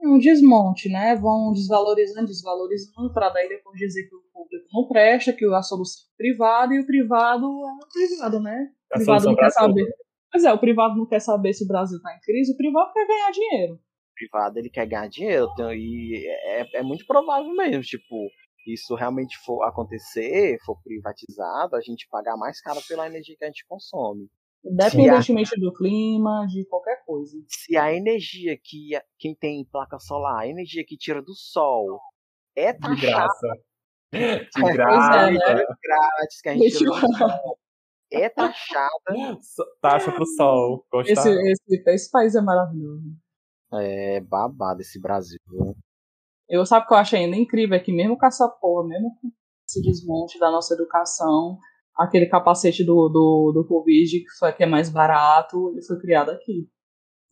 Speaker 4: É um desmonte, né? Vão desvalorizando, desvalorizando, pra daí depois dizer que o público não presta, que a solução é privada e o privado é o privado, né? O
Speaker 5: A
Speaker 4: privado
Speaker 5: solução
Speaker 4: não
Speaker 5: pra né?
Speaker 4: quer
Speaker 5: tudo.
Speaker 4: saber. Pois é, o privado não quer saber se o Brasil tá em crise, o privado quer ganhar dinheiro.
Speaker 3: privado ele quer ganhar dinheiro então, e é, é muito provável mesmo tipo isso realmente for acontecer for privatizado a gente pagar mais caro pela energia que a gente consome
Speaker 4: Independentemente do clima, de qualquer coisa.
Speaker 3: se a energia que a- quem tem placa solar a energia que tira do sol é
Speaker 5: De
Speaker 3: taxada
Speaker 5: graça.
Speaker 3: [laughs] Pois
Speaker 5: De
Speaker 3: é,
Speaker 5: graça. né?
Speaker 3: grátis que a gente tira do sol é taxada
Speaker 5: Taxa pro sol.
Speaker 4: Esse,
Speaker 5: Gostaram?
Speaker 4: esse, esse país é maravilhoso.
Speaker 3: é babado esse Brasil viu?
Speaker 4: Eu sabe o que eu acho ainda incrível é que mesmo com essa porra, mesmo com esse desmonte da nossa educação, aquele capacete do, do, do Covid, que, foi, que é mais barato, ele foi criado aqui.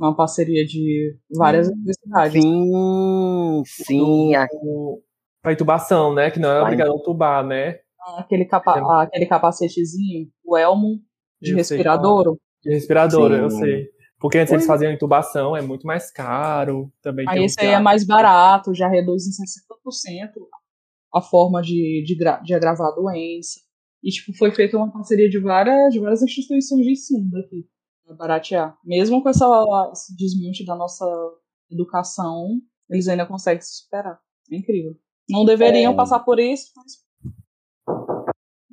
Speaker 4: Uma parceria de várias universidades.
Speaker 5: Uhum.
Speaker 3: sim sim a-
Speaker 5: o- Pra intubação, né? Que não é
Speaker 3: Vai.
Speaker 5: obrigado a intubar, né?
Speaker 4: Aquele, capa,
Speaker 5: Sim.
Speaker 4: aquele capacetezinho, o elmo de
Speaker 5: Eu sei é.
Speaker 4: respirador.
Speaker 5: De respirador,
Speaker 3: Sim.
Speaker 5: eu sei. Porque antes eles faziam intubação, é muito mais caro. Também
Speaker 4: Aí
Speaker 5: tem um
Speaker 4: esse aí é mais barato, já reduz em 60% a forma de, de, gra- de agravar a doença. E, tipo, foi feita uma parceria de várias, de várias instituições de ensino daqui, pra baratear. Mesmo com essa, esse desmonte da nossa educação, eles ainda conseguem se superar. É incrível. Não deveriam passar por isso, mas...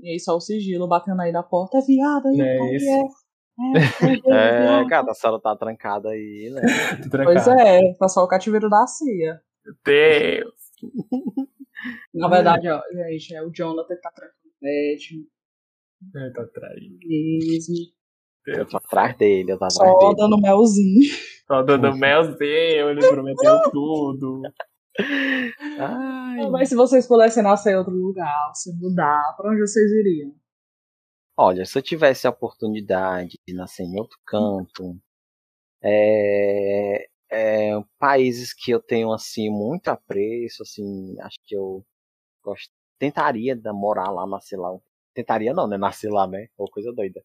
Speaker 4: E aí só o sigilo batendo aí na porta, é viado, aí,
Speaker 5: Não é
Speaker 4: aí,
Speaker 5: isso.
Speaker 4: é, é, é,
Speaker 3: É,
Speaker 4: viado.
Speaker 5: Uhum.
Speaker 3: cara, a senhora tá trancada aí, né?
Speaker 5: teatro trancado.
Speaker 4: Pois é, tá só o cativeiro da CIA.
Speaker 5: Deus.
Speaker 4: Na verdade, ó, gente, é o Jonathan que tá trancando o Ed
Speaker 5: Eu tô traindo.
Speaker 4: mesmo.
Speaker 3: Eu
Speaker 5: [laughs]
Speaker 3: tô atrás dele, eu tô atrás
Speaker 4: Só
Speaker 3: dele.
Speaker 4: dando melzinho.
Speaker 5: Só dando melzinho, ele
Speaker 4: [laughs]
Speaker 5: prometeu tudo.
Speaker 3: Ai,
Speaker 4: Mas se vocês pudessem nascer em outro lugar, se mudar, pra onde vocês iriam?
Speaker 3: Olha, se eu tivesse a oportunidade de nascer em outro canto, é, é, países que eu tenho assim muito apreço, assim, acho que eu gost- tentaria da- morar lá, nascer lá. Tentaria não, né? Nascer lá, né? Ou coisa doida.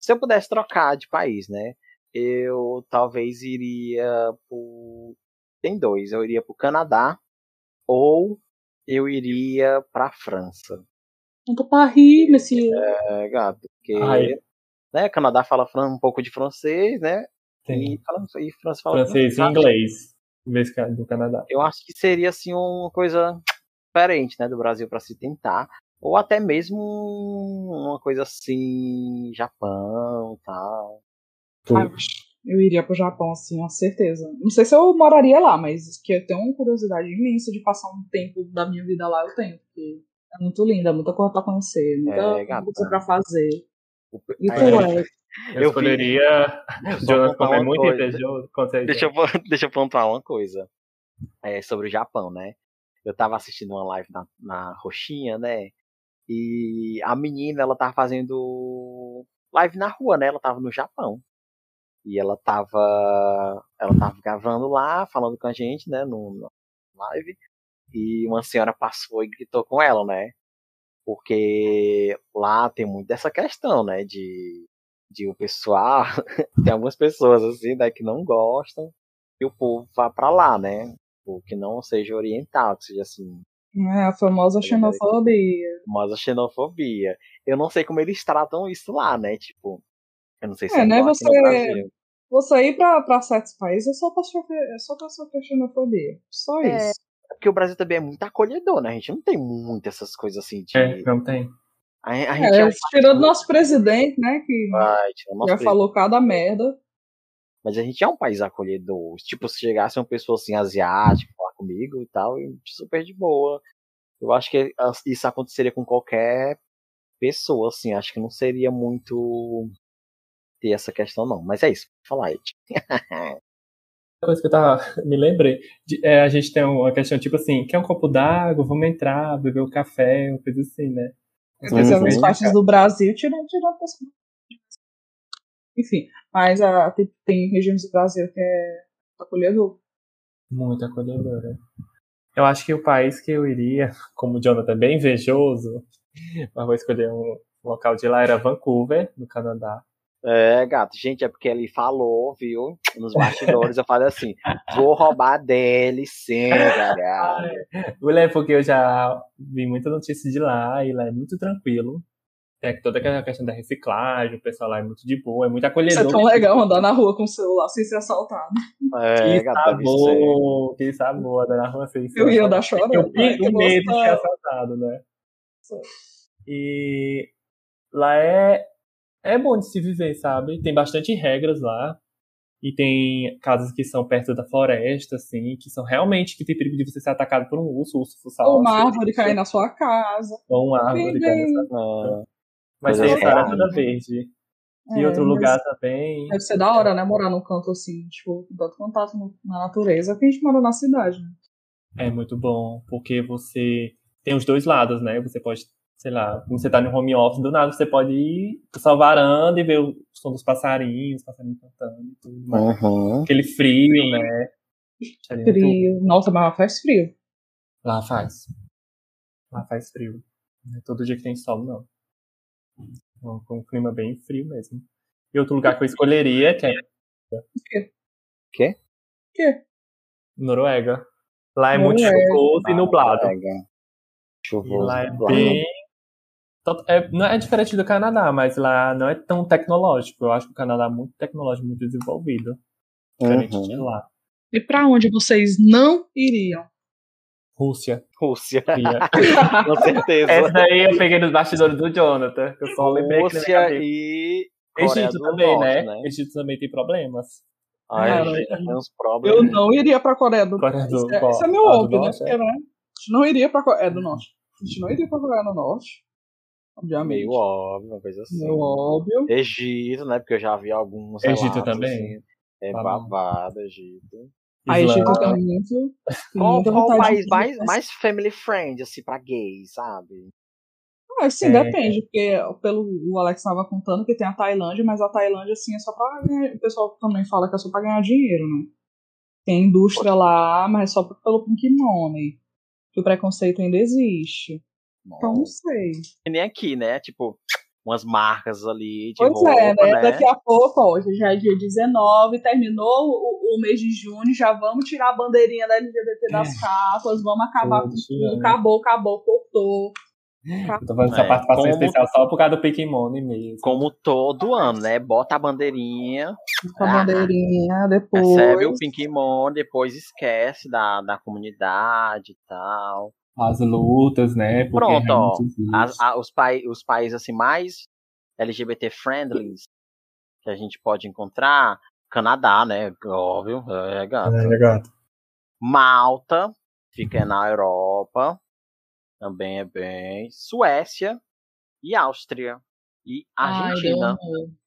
Speaker 3: Se eu pudesse trocar de país, né? Eu talvez iria pro. Tem dois, eu iria pro Canadá ou eu iria pra França.
Speaker 4: Não tô pra assim, rir, Messi.
Speaker 3: É, gato, porque
Speaker 5: Ai.
Speaker 3: né, Canadá fala fran- um pouco de francês, né?
Speaker 5: Tem
Speaker 3: E, fala- e França fala
Speaker 5: francês e
Speaker 3: francês.
Speaker 5: inglês. Em vez que- é do Canadá.
Speaker 3: Eu acho que seria assim uma coisa diferente, né, do Brasil para se tentar, ou até mesmo uma coisa assim, Japão, tal.
Speaker 4: Eu iria pro Japão, assim, com certeza. Não sei se eu moraria lá, mas que eu tenho uma curiosidade imensa de passar um tempo da minha vida lá, eu tenho. Porque é muito linda, é muita coisa pra conhecer, muita
Speaker 3: gata.
Speaker 4: coisa pra fazer.
Speaker 3: O-
Speaker 4: E
Speaker 3: Ah,
Speaker 4: tu,
Speaker 5: é.
Speaker 4: Alex?
Speaker 5: Eu,
Speaker 3: Eu
Speaker 5: escolheria.
Speaker 3: só
Speaker 5: Jonathan,
Speaker 3: contar
Speaker 5: como é
Speaker 3: uma
Speaker 5: muito
Speaker 3: coisa.
Speaker 5: invejoso, consegue.
Speaker 3: Deixa eu, [laughs] deixa eu pontuar uma coisa é, sobre o Japão, né? Eu tava assistindo uma live na, na Roxinha, né? E a menina, ela tava fazendo live na rua, né? Ela tava no Japão. E ela tava. Ela tava gravando lá, falando com a gente, né? No, no live. E uma senhora passou e gritou com ela, né? Porque lá tem muito dessa questão, né? De, de o pessoal tem algumas pessoas assim, né, que não gostam que o povo vá pra lá, né? Ou que não seja oriental, que seja assim,
Speaker 4: É, a famosa xenofobia.
Speaker 3: famosa xenofobia. Eu não sei como eles tratam isso lá, né? Tipo, eu não sei se
Speaker 4: É,
Speaker 3: é,
Speaker 4: né,
Speaker 3: igual aqui no
Speaker 4: você-
Speaker 3: Brasil.
Speaker 4: Você ir pra, pra certos países é só pra sofrer, é só pra sofrer xenofobia. Só
Speaker 3: É.
Speaker 4: isso.
Speaker 3: É porque o Brasil também é muito acolhedor, né? A gente não tem muito essas coisas assim de.
Speaker 5: É, não tem.
Speaker 3: A, a gente é,
Speaker 4: É, tirando nosso presidente, né, que
Speaker 3: um país, tipo, nosso
Speaker 4: já
Speaker 3: país-
Speaker 4: falou cada merda.
Speaker 3: mas a gente é um país acolhedor. Tipo, se chegasse uma pessoa assim, asiática, falar comigo e tal, eu super de boa. Eu acho que as- isso aconteceria com qualquer pessoa, assim. Acho que não seria muito ter essa questão, não. Mas é isso. Fala aí. Ed.
Speaker 5: Outra coisa que eu tava, [laughs] me lembrei, de- é, a gente tem uma questão tipo assim, quer um copo d'água, vamos entrar, beber um café, uma coisa assim, né?
Speaker 3: Uhum.
Speaker 4: Pensando nas
Speaker 3: Uhum.
Speaker 4: partes do Brasil, tirando, tirando as Enfim, mas ah, tem, tem regiões do Brasil que é acolhedor.
Speaker 5: Muito acolhedora. Eu acho que o país que eu iria, [laughs] como o Jonathan é bem invejoso, [laughs] mas vou escolher um local de lá, era Vancouver, no Canadá.
Speaker 3: É, gato. Gente, é porque ele falou, viu? Nos bastidores eu falei assim: vou roubar a DLC, galera.
Speaker 5: Mulher, porque eu já vi muita notícia de lá, e lá é muito tranquilo. Tem toda aquela questão da reciclagem, o pessoal lá é muito de boa, é muito
Speaker 4: Isso
Speaker 5: acolhedor.
Speaker 4: é tão legal andar na rua com o celular sem ser assaltado.
Speaker 3: É,
Speaker 5: Que
Speaker 3: gato, deve ser.
Speaker 5: sabor, que sabor, né? andar na rua sem
Speaker 4: Eu ia andar
Speaker 5: Porque
Speaker 4: chorando.
Speaker 5: é eu
Speaker 4: né, que
Speaker 5: fico com medo de ser
Speaker 4: nossa-
Speaker 5: assaltado, né?
Speaker 4: Sim.
Speaker 5: E lá é, é bom de se viver, sabe? Tem bastante regras lá. E tem casas que são perto da floresta, assim, que são realmente que tem perigo de você ser atacado por um urso, urso fuçar
Speaker 4: Ou uma árvore cair na sua casa.
Speaker 5: Ou uma árvore
Speaker 4: Bem,
Speaker 5: cair na sua-
Speaker 3: É,
Speaker 5: Mas
Speaker 3: Coisas
Speaker 5: tem
Speaker 3: reais.
Speaker 5: a toda verde. E
Speaker 4: É,
Speaker 5: outro
Speaker 4: mas
Speaker 5: lugar também.
Speaker 4: Deve ser da hora, né? Morar num canto assim, tipo, com tanto contato no- na natureza, que a gente mora na cidade, né?
Speaker 5: É muito bom, porque você tem os dois lados, né? Você pode, sei lá, quando você tá no home office, do nada você pode ir pra sua varanda e ver o som dos passarinhos, passarinhos cantando e tudo mais.
Speaker 3: Uhum.
Speaker 5: Aquele frio, né? Acharia muito-
Speaker 4: É Frio. Nossa, mas faz frio.
Speaker 5: Lá faz. Lá faz frio. Não é todo dia que tem sol, não. Então, É um- Um clima bem frio mesmo. E outro lugar que eu escolheria, que é
Speaker 3: Quê?
Speaker 4: Quê?
Speaker 5: Noruega. Lá é muito
Speaker 4: Noruega.
Speaker 5: chuvoso e nublado.
Speaker 3: Noruega.
Speaker 5: E
Speaker 3: Chuvoso.
Speaker 5: lá é
Speaker 3: nublado.
Speaker 5: bem. Tanto- é- não é diferente do Canadá, mas lá não é tão tecnológico. Eu acho que o Canadá é muito tecnológico, muito desenvolvido. Diferente de
Speaker 3: Uhum.
Speaker 5: lá.
Speaker 1: E pra onde vocês não
Speaker 4: Iriam.
Speaker 5: Rússia.
Speaker 3: Rússia, [laughs]
Speaker 5: Ia.
Speaker 3: com certeza.
Speaker 5: Essa daí eu peguei nos bastidores do Jonathan. Que eu só lembrei aqui na minha
Speaker 3: Rússia
Speaker 5: cabeça.
Speaker 3: e. Coreia
Speaker 5: Egito
Speaker 3: do
Speaker 5: também,
Speaker 3: Norte,
Speaker 5: né?
Speaker 3: né?
Speaker 5: Egito também tem problemas.
Speaker 3: Ai,
Speaker 4: Cara,
Speaker 3: gente, tem uns
Speaker 4: Eu
Speaker 3: problemas.
Speaker 4: não iria pra Coreia do
Speaker 5: Coreia do-
Speaker 4: Isso é, isso é meu
Speaker 5: ah, do
Speaker 4: óbvio, né?
Speaker 5: Norte, é.
Speaker 4: Porque, né? A gente não iria pra Coreia do Norte. A gente não iria pra Coreia do Norte. Obviamente.
Speaker 3: Meio óbvio, uma coisa assim.
Speaker 4: Meu óbvio.
Speaker 3: Egito, né? Porque eu já vi alguns.
Speaker 5: Egito
Speaker 3: relatos,
Speaker 5: também?
Speaker 3: assim. É
Speaker 5: Tá bom.
Speaker 3: babado, Egito.
Speaker 4: A
Speaker 5: Islândia.
Speaker 4: Ah, Egito tem tipo, muito. tem
Speaker 3: Qual,
Speaker 4: muita
Speaker 3: qual o
Speaker 4: vontade
Speaker 3: país
Speaker 4: de-
Speaker 3: mais, mais family friend, assim, pra gay, sabe?
Speaker 4: Ah, sim,
Speaker 5: É.
Speaker 4: depende, porque pelo, o Alex estava contando que tem a Tailândia, mas a Tailândia, assim, é só pra ganhar. O pessoal também fala que é só pra ganhar dinheiro, né? Tem indústria lá, mas é só pelo pink money. Que o preconceito ainda existe. Então, não
Speaker 3: Nossa.
Speaker 4: sei.
Speaker 3: Que nem aqui, né? Tipo, umas marcas ali de
Speaker 4: Pois
Speaker 3: roupa,
Speaker 4: é, né?
Speaker 3: né?
Speaker 4: Daqui a pouco, ó, hoje já é dia 19, terminou o, o mês de junho, já vamos tirar a bandeirinha da LGBT das capas, vamos acabar com
Speaker 5: Putz,
Speaker 4: tudo.
Speaker 5: né?
Speaker 4: Acabou, acabou, cortou.
Speaker 5: Eu tô fazendo essa
Speaker 3: É,
Speaker 5: participação
Speaker 3: como-
Speaker 5: especial só por causa do Pikmin mesmo.
Speaker 3: Como todo ano, né? Bota a bandeirinha,
Speaker 4: Com a bandeirinha, depois.
Speaker 3: recebe o Pinkmon, depois esquece da, da comunidade e tal.
Speaker 5: As lutas, né? Porque
Speaker 3: Pronto, ó.
Speaker 5: realmente existe.
Speaker 3: As- a- os, pai, os países assim, mais LGBT friendly que a gente pode encontrar, Canadá, né? Óbvio, é gato.
Speaker 5: É, gato.
Speaker 3: Malta, fica na Europa, também é bem. Suécia e Áustria. E Argentina.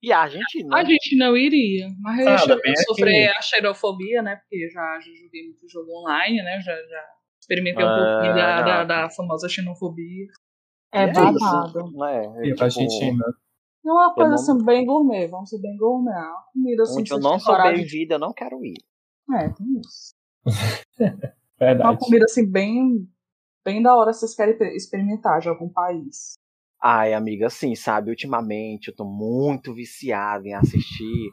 Speaker 3: e Argentina.
Speaker 1: A gente não iria, mas eu
Speaker 5: Ah,
Speaker 1: ia che-
Speaker 3: é
Speaker 5: bem
Speaker 1: sofrer a xerofobia, né? Porque eu já, já joguei muito jogo online, né? Já, já experimentei um
Speaker 3: É,
Speaker 1: pouquinho da, da-
Speaker 3: não.
Speaker 1: da famosa xenofobia.
Speaker 3: E é
Speaker 4: babado.
Speaker 3: isso, né?
Speaker 5: E
Speaker 3: Tipo,
Speaker 5: pra Argentina.
Speaker 4: assim, É uma coisa
Speaker 3: não-
Speaker 4: assim, bem gourmet, vamos ser bem gourmet. A Comida assim,
Speaker 3: Onde eu
Speaker 4: vocês
Speaker 3: não
Speaker 4: têm
Speaker 3: sou
Speaker 4: coragem
Speaker 3: bem vida, eu não quero ir.
Speaker 4: de- É, tem isso. É
Speaker 5: Verdade.
Speaker 4: Uma comida assim, bem, bem da hora, vocês querem pe- experimentar de algum país.
Speaker 3: Ai, amiga, assim, sabe? Ultimamente eu tô muito viciado em assistir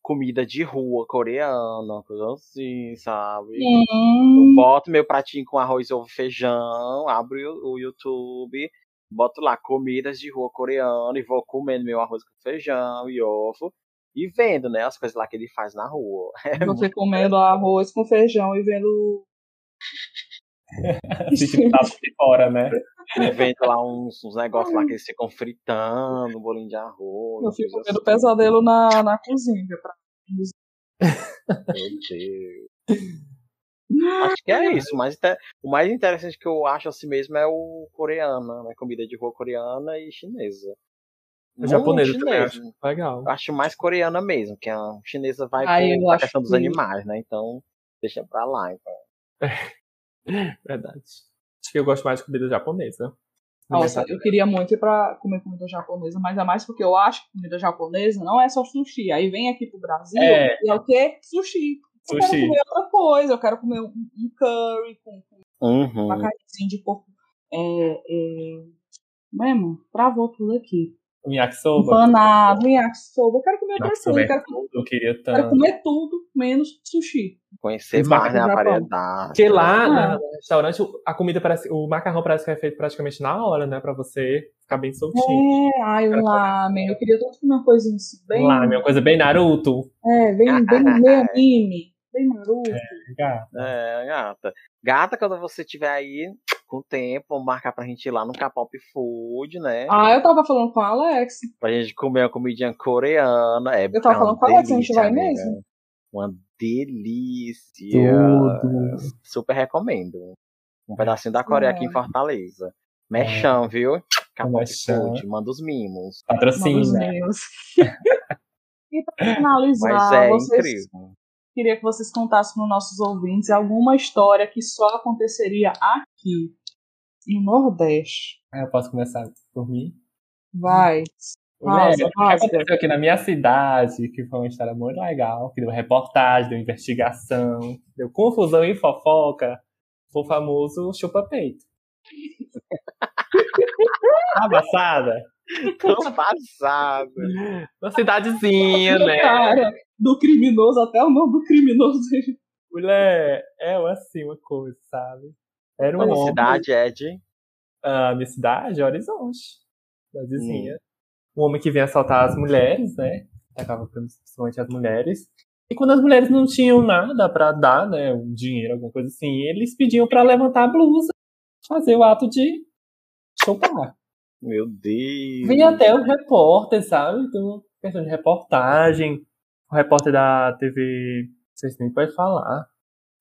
Speaker 3: comida de rua coreana, coisa assim, sabe? Eu
Speaker 4: Hum.
Speaker 3: boto meu pratinho com arroz, ovo, feijão, abro o o YouTube, boto lá comidas de rua coreana e vou comendo meu arroz com feijão e ovo e vendo, né, as coisas lá que ele faz na rua. [laughs] É
Speaker 4: Você comendo arroz com feijão e vendo.
Speaker 5: [laughs] Assiste o papo de fora, né?
Speaker 3: Ele vendo lá uns, uns negócios lá que eles ficam fritando, um bolinho de arroz.
Speaker 4: Eu fico
Speaker 3: coisa
Speaker 4: tendo
Speaker 3: assim.
Speaker 4: pesadelo na, na cozinha. Pra...
Speaker 3: Meu Deus. Acho que é isso, mas inte- o mais interessante que eu acho assim mesmo é o coreana, né? Comida de rua coreana e chinesa. Não
Speaker 5: japonesa também,
Speaker 3: chinesa,
Speaker 5: acho. Legal.
Speaker 3: Eu acho mais coreana mesmo, que a chinesa vai
Speaker 4: Ah, eu
Speaker 3: por a
Speaker 4: acho
Speaker 3: questão dos
Speaker 4: que-
Speaker 3: animais, né? Então, deixa pra lá. Então.
Speaker 5: Verdade. Acho que eu gosto mais de comida japonesa.
Speaker 4: Nossa,
Speaker 5: né?
Speaker 4: eu queria muito ir pra comer comida japonesa, mas é mais porque eu acho que comida japonesa não é só sushi. Aí vem aqui pro Brasil
Speaker 5: É.
Speaker 4: e é o quê? Sushi. Eu quero
Speaker 5: Sushi.
Speaker 4: comer outra coisa, eu quero comer um, um curry com
Speaker 5: Hum.
Speaker 3: Uhum.
Speaker 4: uma carnezinha de porco. É, é... Mesmo, travou tudo aqui.
Speaker 5: O
Speaker 4: um
Speaker 5: Yakisoba.
Speaker 4: Empanado, yakisoba. Eu quero comer outras
Speaker 5: Yakisoba
Speaker 4: coisas,
Speaker 5: é
Speaker 4: eu quero comer-
Speaker 5: Eu queria
Speaker 4: quero
Speaker 5: tanto.
Speaker 4: comer tudo, menos sushi.
Speaker 3: Conhecer
Speaker 5: Os
Speaker 3: mais né, a
Speaker 4: macarrões do Japão.
Speaker 3: variedade. né.
Speaker 5: Porque lá
Speaker 4: Ah.
Speaker 5: na- no restaurante, a comida parece. O macarrão parece que é feito praticamente na hora, né? Pra você ficar bem soltinho.
Speaker 4: É, ai, o lamen. Eu queria tanto comer uma coisinha assim, bem.
Speaker 5: Lá, minha coisa bem Naruto.
Speaker 4: É, bem, bem, bem anime, bem Naruto.
Speaker 5: Legal.
Speaker 3: É, gata. Gata, quando você tiver aí com tempo, vamos marcar pra gente ir lá no K-pop Food, né?
Speaker 4: Ah, eu tava falando com a Alex.
Speaker 3: Pra gente comer uma comidinha coreana. É,
Speaker 4: Eu tava
Speaker 3: é uma
Speaker 4: falando com a Alex, a gente
Speaker 3: delícia,
Speaker 4: vai
Speaker 3: amiga.
Speaker 4: mesmo?
Speaker 3: Uma delícia.
Speaker 5: Tudo.
Speaker 3: Super recomendo. Um pedacinho da Coreia
Speaker 4: Ah.
Speaker 3: aqui em Fortaleza. Mexão, viu? K-pop
Speaker 5: Mexão.
Speaker 3: Food, manda os mimos.
Speaker 4: Manos
Speaker 5: Patrocina.
Speaker 4: meus. E pra finalizar,
Speaker 3: Mas é
Speaker 4: ah, vocês [laughs]
Speaker 3: incrível.
Speaker 4: queria que vocês contassem para os nossos ouvintes alguma história que só aconteceria aqui, no Nordeste.
Speaker 5: Ah, Eu posso começar por mim?
Speaker 4: Vai.
Speaker 5: Né,
Speaker 4: Nossa,
Speaker 5: o que aconteceu
Speaker 4: Oscar.
Speaker 5: aqui na minha cidade, que foi uma história muito legal, que deu reportagem, deu investigação, deu confusão e fofoca, foi
Speaker 3: [laughs]
Speaker 5: o famoso chupa-peito. Tá Abraçada.
Speaker 3: Tão passado. Na cidadezinha, né?
Speaker 4: Cara, do criminoso até o nome do criminoso.
Speaker 5: Mulher, é assim uma coisa, sabe? Era um
Speaker 3: Qual
Speaker 5: homem.
Speaker 3: cidade, é Ed?
Speaker 5: a minha cidade, Horizonte, cidadezinha. Um homem que vinha assaltar as mulheres, né? Atacava principalmente as mulheres. E quando as mulheres não tinham nada pra dar, né? Um dinheiro, alguma coisa assim, eles pediam pra levantar a blusa, fazer o ato de chupar.
Speaker 3: Meu Deus.
Speaker 5: Vinha até o repórter, sabe? Então, questão de reportagem. O repórter da TV, vocês nem podem falar.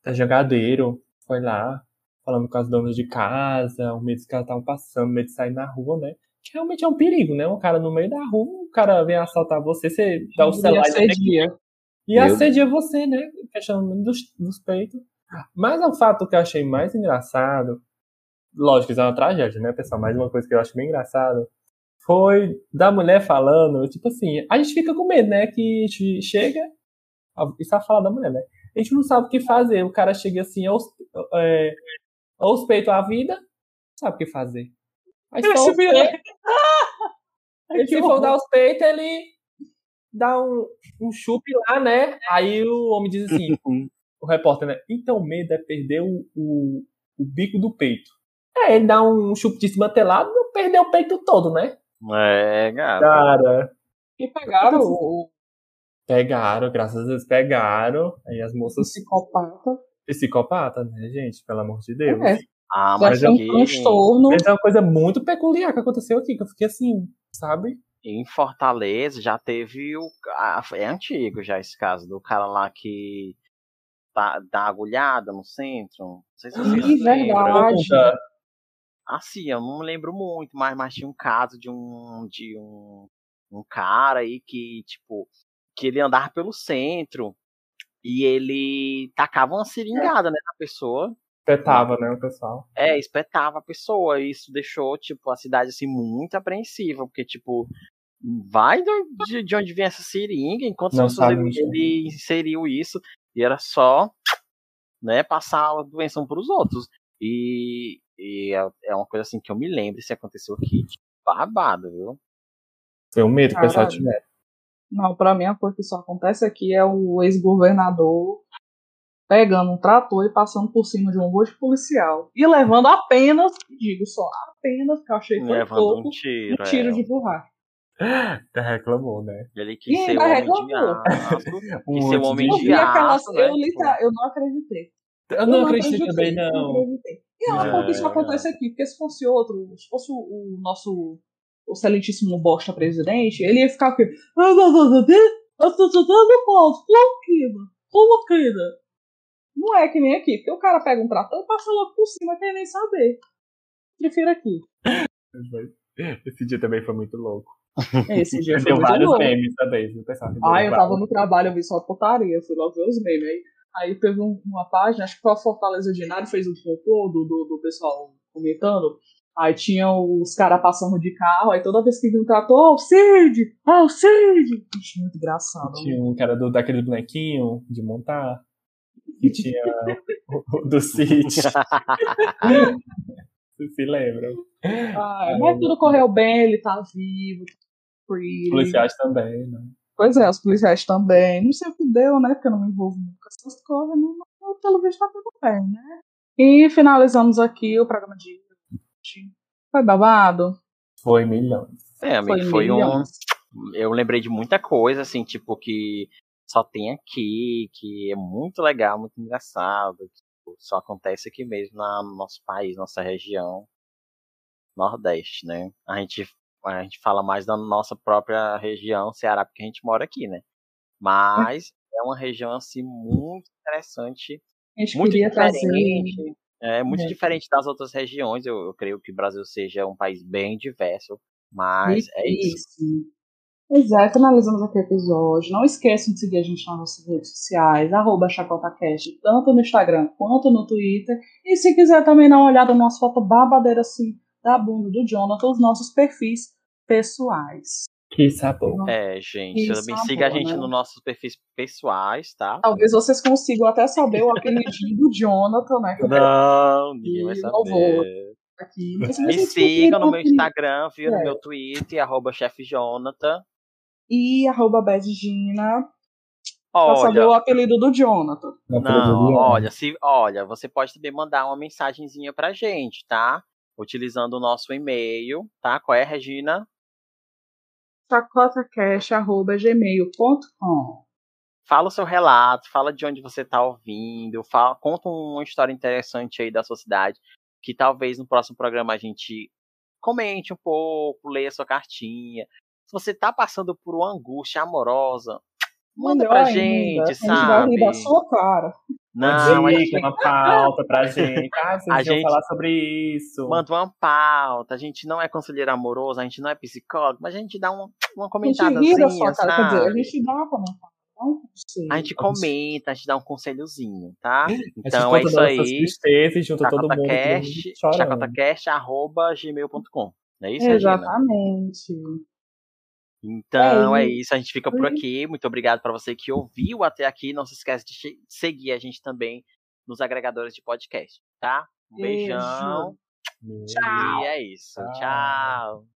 Speaker 5: Da Jangadeiro, foi lá, falando com as donas de casa, o medo que elas estavam passando, o medo de sair na rua, né? Que realmente é um perigo, né? Um cara no meio da rua, um cara vem assaltar você, você dá o celular e
Speaker 4: Esse dia.
Speaker 5: e
Speaker 3: Meu
Speaker 5: assedia você, né? Questionando dos, dos peitos. Mas o fato que eu achei mais engraçado, lógico, isso é uma tragédia, né, pessoal? Mas uma coisa que eu acho bem engraçado foi da mulher falando, tipo assim, a gente fica com medo, né? Que a gente chega. a- Isso é a fala da mulher, né? A gente não sabe o que fazer. O cara chega assim, aos, é, aos peitos à vida, não sabe o que fazer. Aí só
Speaker 1: Esse
Speaker 5: os
Speaker 1: vilão.
Speaker 5: peitos, ele
Speaker 4: que
Speaker 5: se for
Speaker 4: horror.
Speaker 5: dar os peitos, ele dá um, um chupe lá,
Speaker 4: É.
Speaker 5: né? Aí o homem diz [laughs] assim, o repórter, né? Então o medo é perder o, o, o bico do peito. É, ele dá um chup de desmantelado, não perdeu o peito todo, né?
Speaker 3: É, gato.
Speaker 5: Cara,
Speaker 4: E pegaram o, o
Speaker 5: pegaram, graças a Deus, pegaram. Aí as moças.
Speaker 4: psicopata.
Speaker 5: Psicopata, né, gente? Pelo amor de Deus.
Speaker 4: É,
Speaker 3: Ah,
Speaker 4: já
Speaker 3: mas
Speaker 4: tinha um
Speaker 3: aqui,
Speaker 4: transtorno.
Speaker 5: Mas é uma coisa muito peculiar que aconteceu aqui, que eu fiquei assim, sabe?
Speaker 3: em Fortaleza já teve o. ah, É antigo já esse caso do cara lá que tá- dá agulhada no centro. Não sei se vocês
Speaker 4: Ih,
Speaker 3: lembram.
Speaker 4: verdade. Tadinho.
Speaker 3: Assim, eu não lembro muito, mas, mas tinha um caso de um. de um, um cara aí que, tipo, que ele andava pelo centro e ele tacava uma seringada né, na pessoa.
Speaker 5: Petava, né, o pessoal.
Speaker 3: É, espetava a pessoa. E isso deixou, tipo, a cidade, assim, muito apreensiva. Porque, tipo, vai do- de, de onde vem essa seringa, enquanto
Speaker 5: Não
Speaker 3: as pessoas
Speaker 5: sabe
Speaker 3: ele,
Speaker 5: onde é.
Speaker 3: ele inseriu isso. E era só, né, passar a doença um pros outros. E, e é, é uma coisa, assim, que eu me lembro se aconteceu aqui. Tipo, babado, viu?
Speaker 5: Foi um medo que o pessoal
Speaker 4: Caralho.
Speaker 5: tiver.
Speaker 4: Não, pra mim a coisa que só acontece aqui é o ex-governador pegando um trator e passando por cima de um monte de policial. E levando apenas, digo só, apenas, que eu achei que foi
Speaker 3: Levando
Speaker 4: pouco,
Speaker 3: um tiro.
Speaker 4: um tiro
Speaker 3: é.
Speaker 4: de borracha.
Speaker 5: Até reclamou, né?
Speaker 3: Ele
Speaker 4: E
Speaker 3: quis ser o
Speaker 4: ainda
Speaker 3: homem de
Speaker 4: reclamou.
Speaker 3: aço.
Speaker 5: Um
Speaker 3: Isso é um
Speaker 5: monte
Speaker 3: homem
Speaker 5: de-
Speaker 4: Eu vi aquela
Speaker 3: aço, né?
Speaker 4: eu, literal- eu não acreditei.
Speaker 5: Eu não acredito também,
Speaker 4: não
Speaker 5: não.
Speaker 4: acreditei. E é uma
Speaker 5: É,
Speaker 4: coisa que só
Speaker 3: é verdade.
Speaker 4: acontece aqui, porque se fosse outro, se fosse o, o nosso o excelentíssimo bosta presidente, ele ia ficar aqui. "Ah, não, não, não, não, eu tô te dando pausa, coloquida, coloquida. Não é que nem aqui, porque o cara pega um trator e passa logo por cima, quer nem saber. Prefiro aqui.
Speaker 5: Esse dia também foi muito louco.
Speaker 4: É
Speaker 3: [laughs]
Speaker 4: Esse dia foi
Speaker 5: Deu
Speaker 4: muito
Speaker 5: vários
Speaker 4: louco.
Speaker 5: memes também, viu, pessoal?
Speaker 4: Ah, eu tava no trabalho, eu vi só putaria, fui logo ver os memes. Aí, aí teve um- uma página, acho que foi a Fortaleza de Nada, fez um concurso do, do, do pessoal comentando. Aí tinha os caras passando de carro, aí toda vez que vinha um trator, ó, o Cid! Ó, o Cid! Ixi, muito engraçado. né?
Speaker 5: Tinha um cara do, daquele bonequinho de montar. E
Speaker 4: Tipo,
Speaker 5: tinha o, o do [laughs] Cid. Vocês se lembram?
Speaker 4: Ah, mas tudo correu bem, ele tá vivo, tá
Speaker 5: Os
Speaker 4: free.
Speaker 5: policiais também, né?
Speaker 4: Pois é, os policiais também. Não sei o que deu, né? Porque eu não me envolvo muito com essas coisas, né? mas pelo visto tá tudo bem, né? E finalizamos aqui o programa de hoje. Foi babado?
Speaker 5: Foi milhões.
Speaker 3: É, amigo, foi, um,
Speaker 4: milhões.
Speaker 3: eu lembrei de muita coisa, assim, tipo, que só tem aqui, que é muito legal, muito engraçado, que tipo, só acontece aqui mesmo na- no nosso país, nossa região Nordeste, né? A gente, a gente fala mais da nossa própria região, Ceará, porque a gente mora aqui, né? Mas é uma região, assim, muito interessante,
Speaker 4: A gente
Speaker 3: muito
Speaker 4: queria
Speaker 3: diferente.
Speaker 4: trazer.
Speaker 3: É muito
Speaker 4: É.
Speaker 3: diferente das outras regiões, eu, eu creio que o Brasil seja um país bem diverso, mas é isso.
Speaker 4: Isso. Pois é, finalizamos aqui o episódio. Não esqueçam de seguir a gente nas nossas redes sociais, arroba chacotacast, tanto no Instagram quanto no Twitter. E se quiser também dar uma olhada nas nossas fotos babadeiras assim, da bunda do Jonathan, os nossos perfis pessoais.
Speaker 5: Que sabor.
Speaker 3: É, gente,
Speaker 4: Isso,
Speaker 3: também
Speaker 4: é uma
Speaker 3: siga a
Speaker 4: boa,
Speaker 3: gente
Speaker 4: né?
Speaker 3: nos nossos perfis pessoais, tá?
Speaker 4: Talvez vocês consigam até saber o apelidinho do Jonathan, né? que eu
Speaker 3: Não, ninguém vai
Speaker 4: Ih, não vou.
Speaker 3: saber.
Speaker 4: aqui.
Speaker 3: Me sigam no meu Instagram, viu?
Speaker 4: É.
Speaker 3: No meu Twitter, arroba chefe Jonathan.
Speaker 4: E arroba badgina pra saber
Speaker 3: Olha,
Speaker 4: o apelido do Jonathan.
Speaker 5: Não,
Speaker 3: Não, olha, se, olha, você pode também mandar uma mensagenzinha pra gente, tá? Utilizando o nosso e-mail, tá? Qual é, Regina?
Speaker 4: chacotacast.gmail.com
Speaker 3: Fala o seu relato, fala de onde você tá ouvindo, fala, conta uma história interessante aí da sua cidade, que talvez no próximo programa a gente comente um pouco, leia sua cartinha. Se você tá passando por uma angústia amorosa, manda
Speaker 4: Melhor
Speaker 3: pra
Speaker 4: ainda,
Speaker 3: gente,
Speaker 4: a gente vai
Speaker 3: sabe?
Speaker 4: rir da sua cara.
Speaker 3: Não, a gente
Speaker 5: dica, uma
Speaker 3: [laughs]
Speaker 5: pauta pra gente. Ah, vocês
Speaker 3: A
Speaker 5: deviam
Speaker 3: gente-
Speaker 5: falar sobre isso.
Speaker 3: manda uma pauta, a gente não é conselheiro amoroso, a gente não é psicólogo, mas a gente dá uma,
Speaker 4: A gente
Speaker 3: uma
Speaker 4: ri
Speaker 3: comentadazinha,
Speaker 4: da sua cara. Quer dizer, a
Speaker 3: sabe?
Speaker 4: gente dá uma comentada. dá um conselho.
Speaker 3: A gente comenta, a gente dá um conselhozinho, tá?
Speaker 5: A gente
Speaker 3: Então
Speaker 5: conta
Speaker 3: é isso
Speaker 5: todas essas
Speaker 3: aí.
Speaker 5: tristezas e junta todo mundo.
Speaker 3: Chacotacast,
Speaker 5: todo mundo chorando.
Speaker 3: chacotacast, arroba gmail.com. Não é isso, Regina?
Speaker 4: Exatamente.
Speaker 3: Então
Speaker 4: É
Speaker 3: é isso, a gente fica por aqui. Muito obrigado para você que ouviu até aqui. Não se esquece de che- seguir a gente também nos agregadores de podcast, tá? Um beijão.
Speaker 5: Meu
Speaker 3: E é isso. Tchau.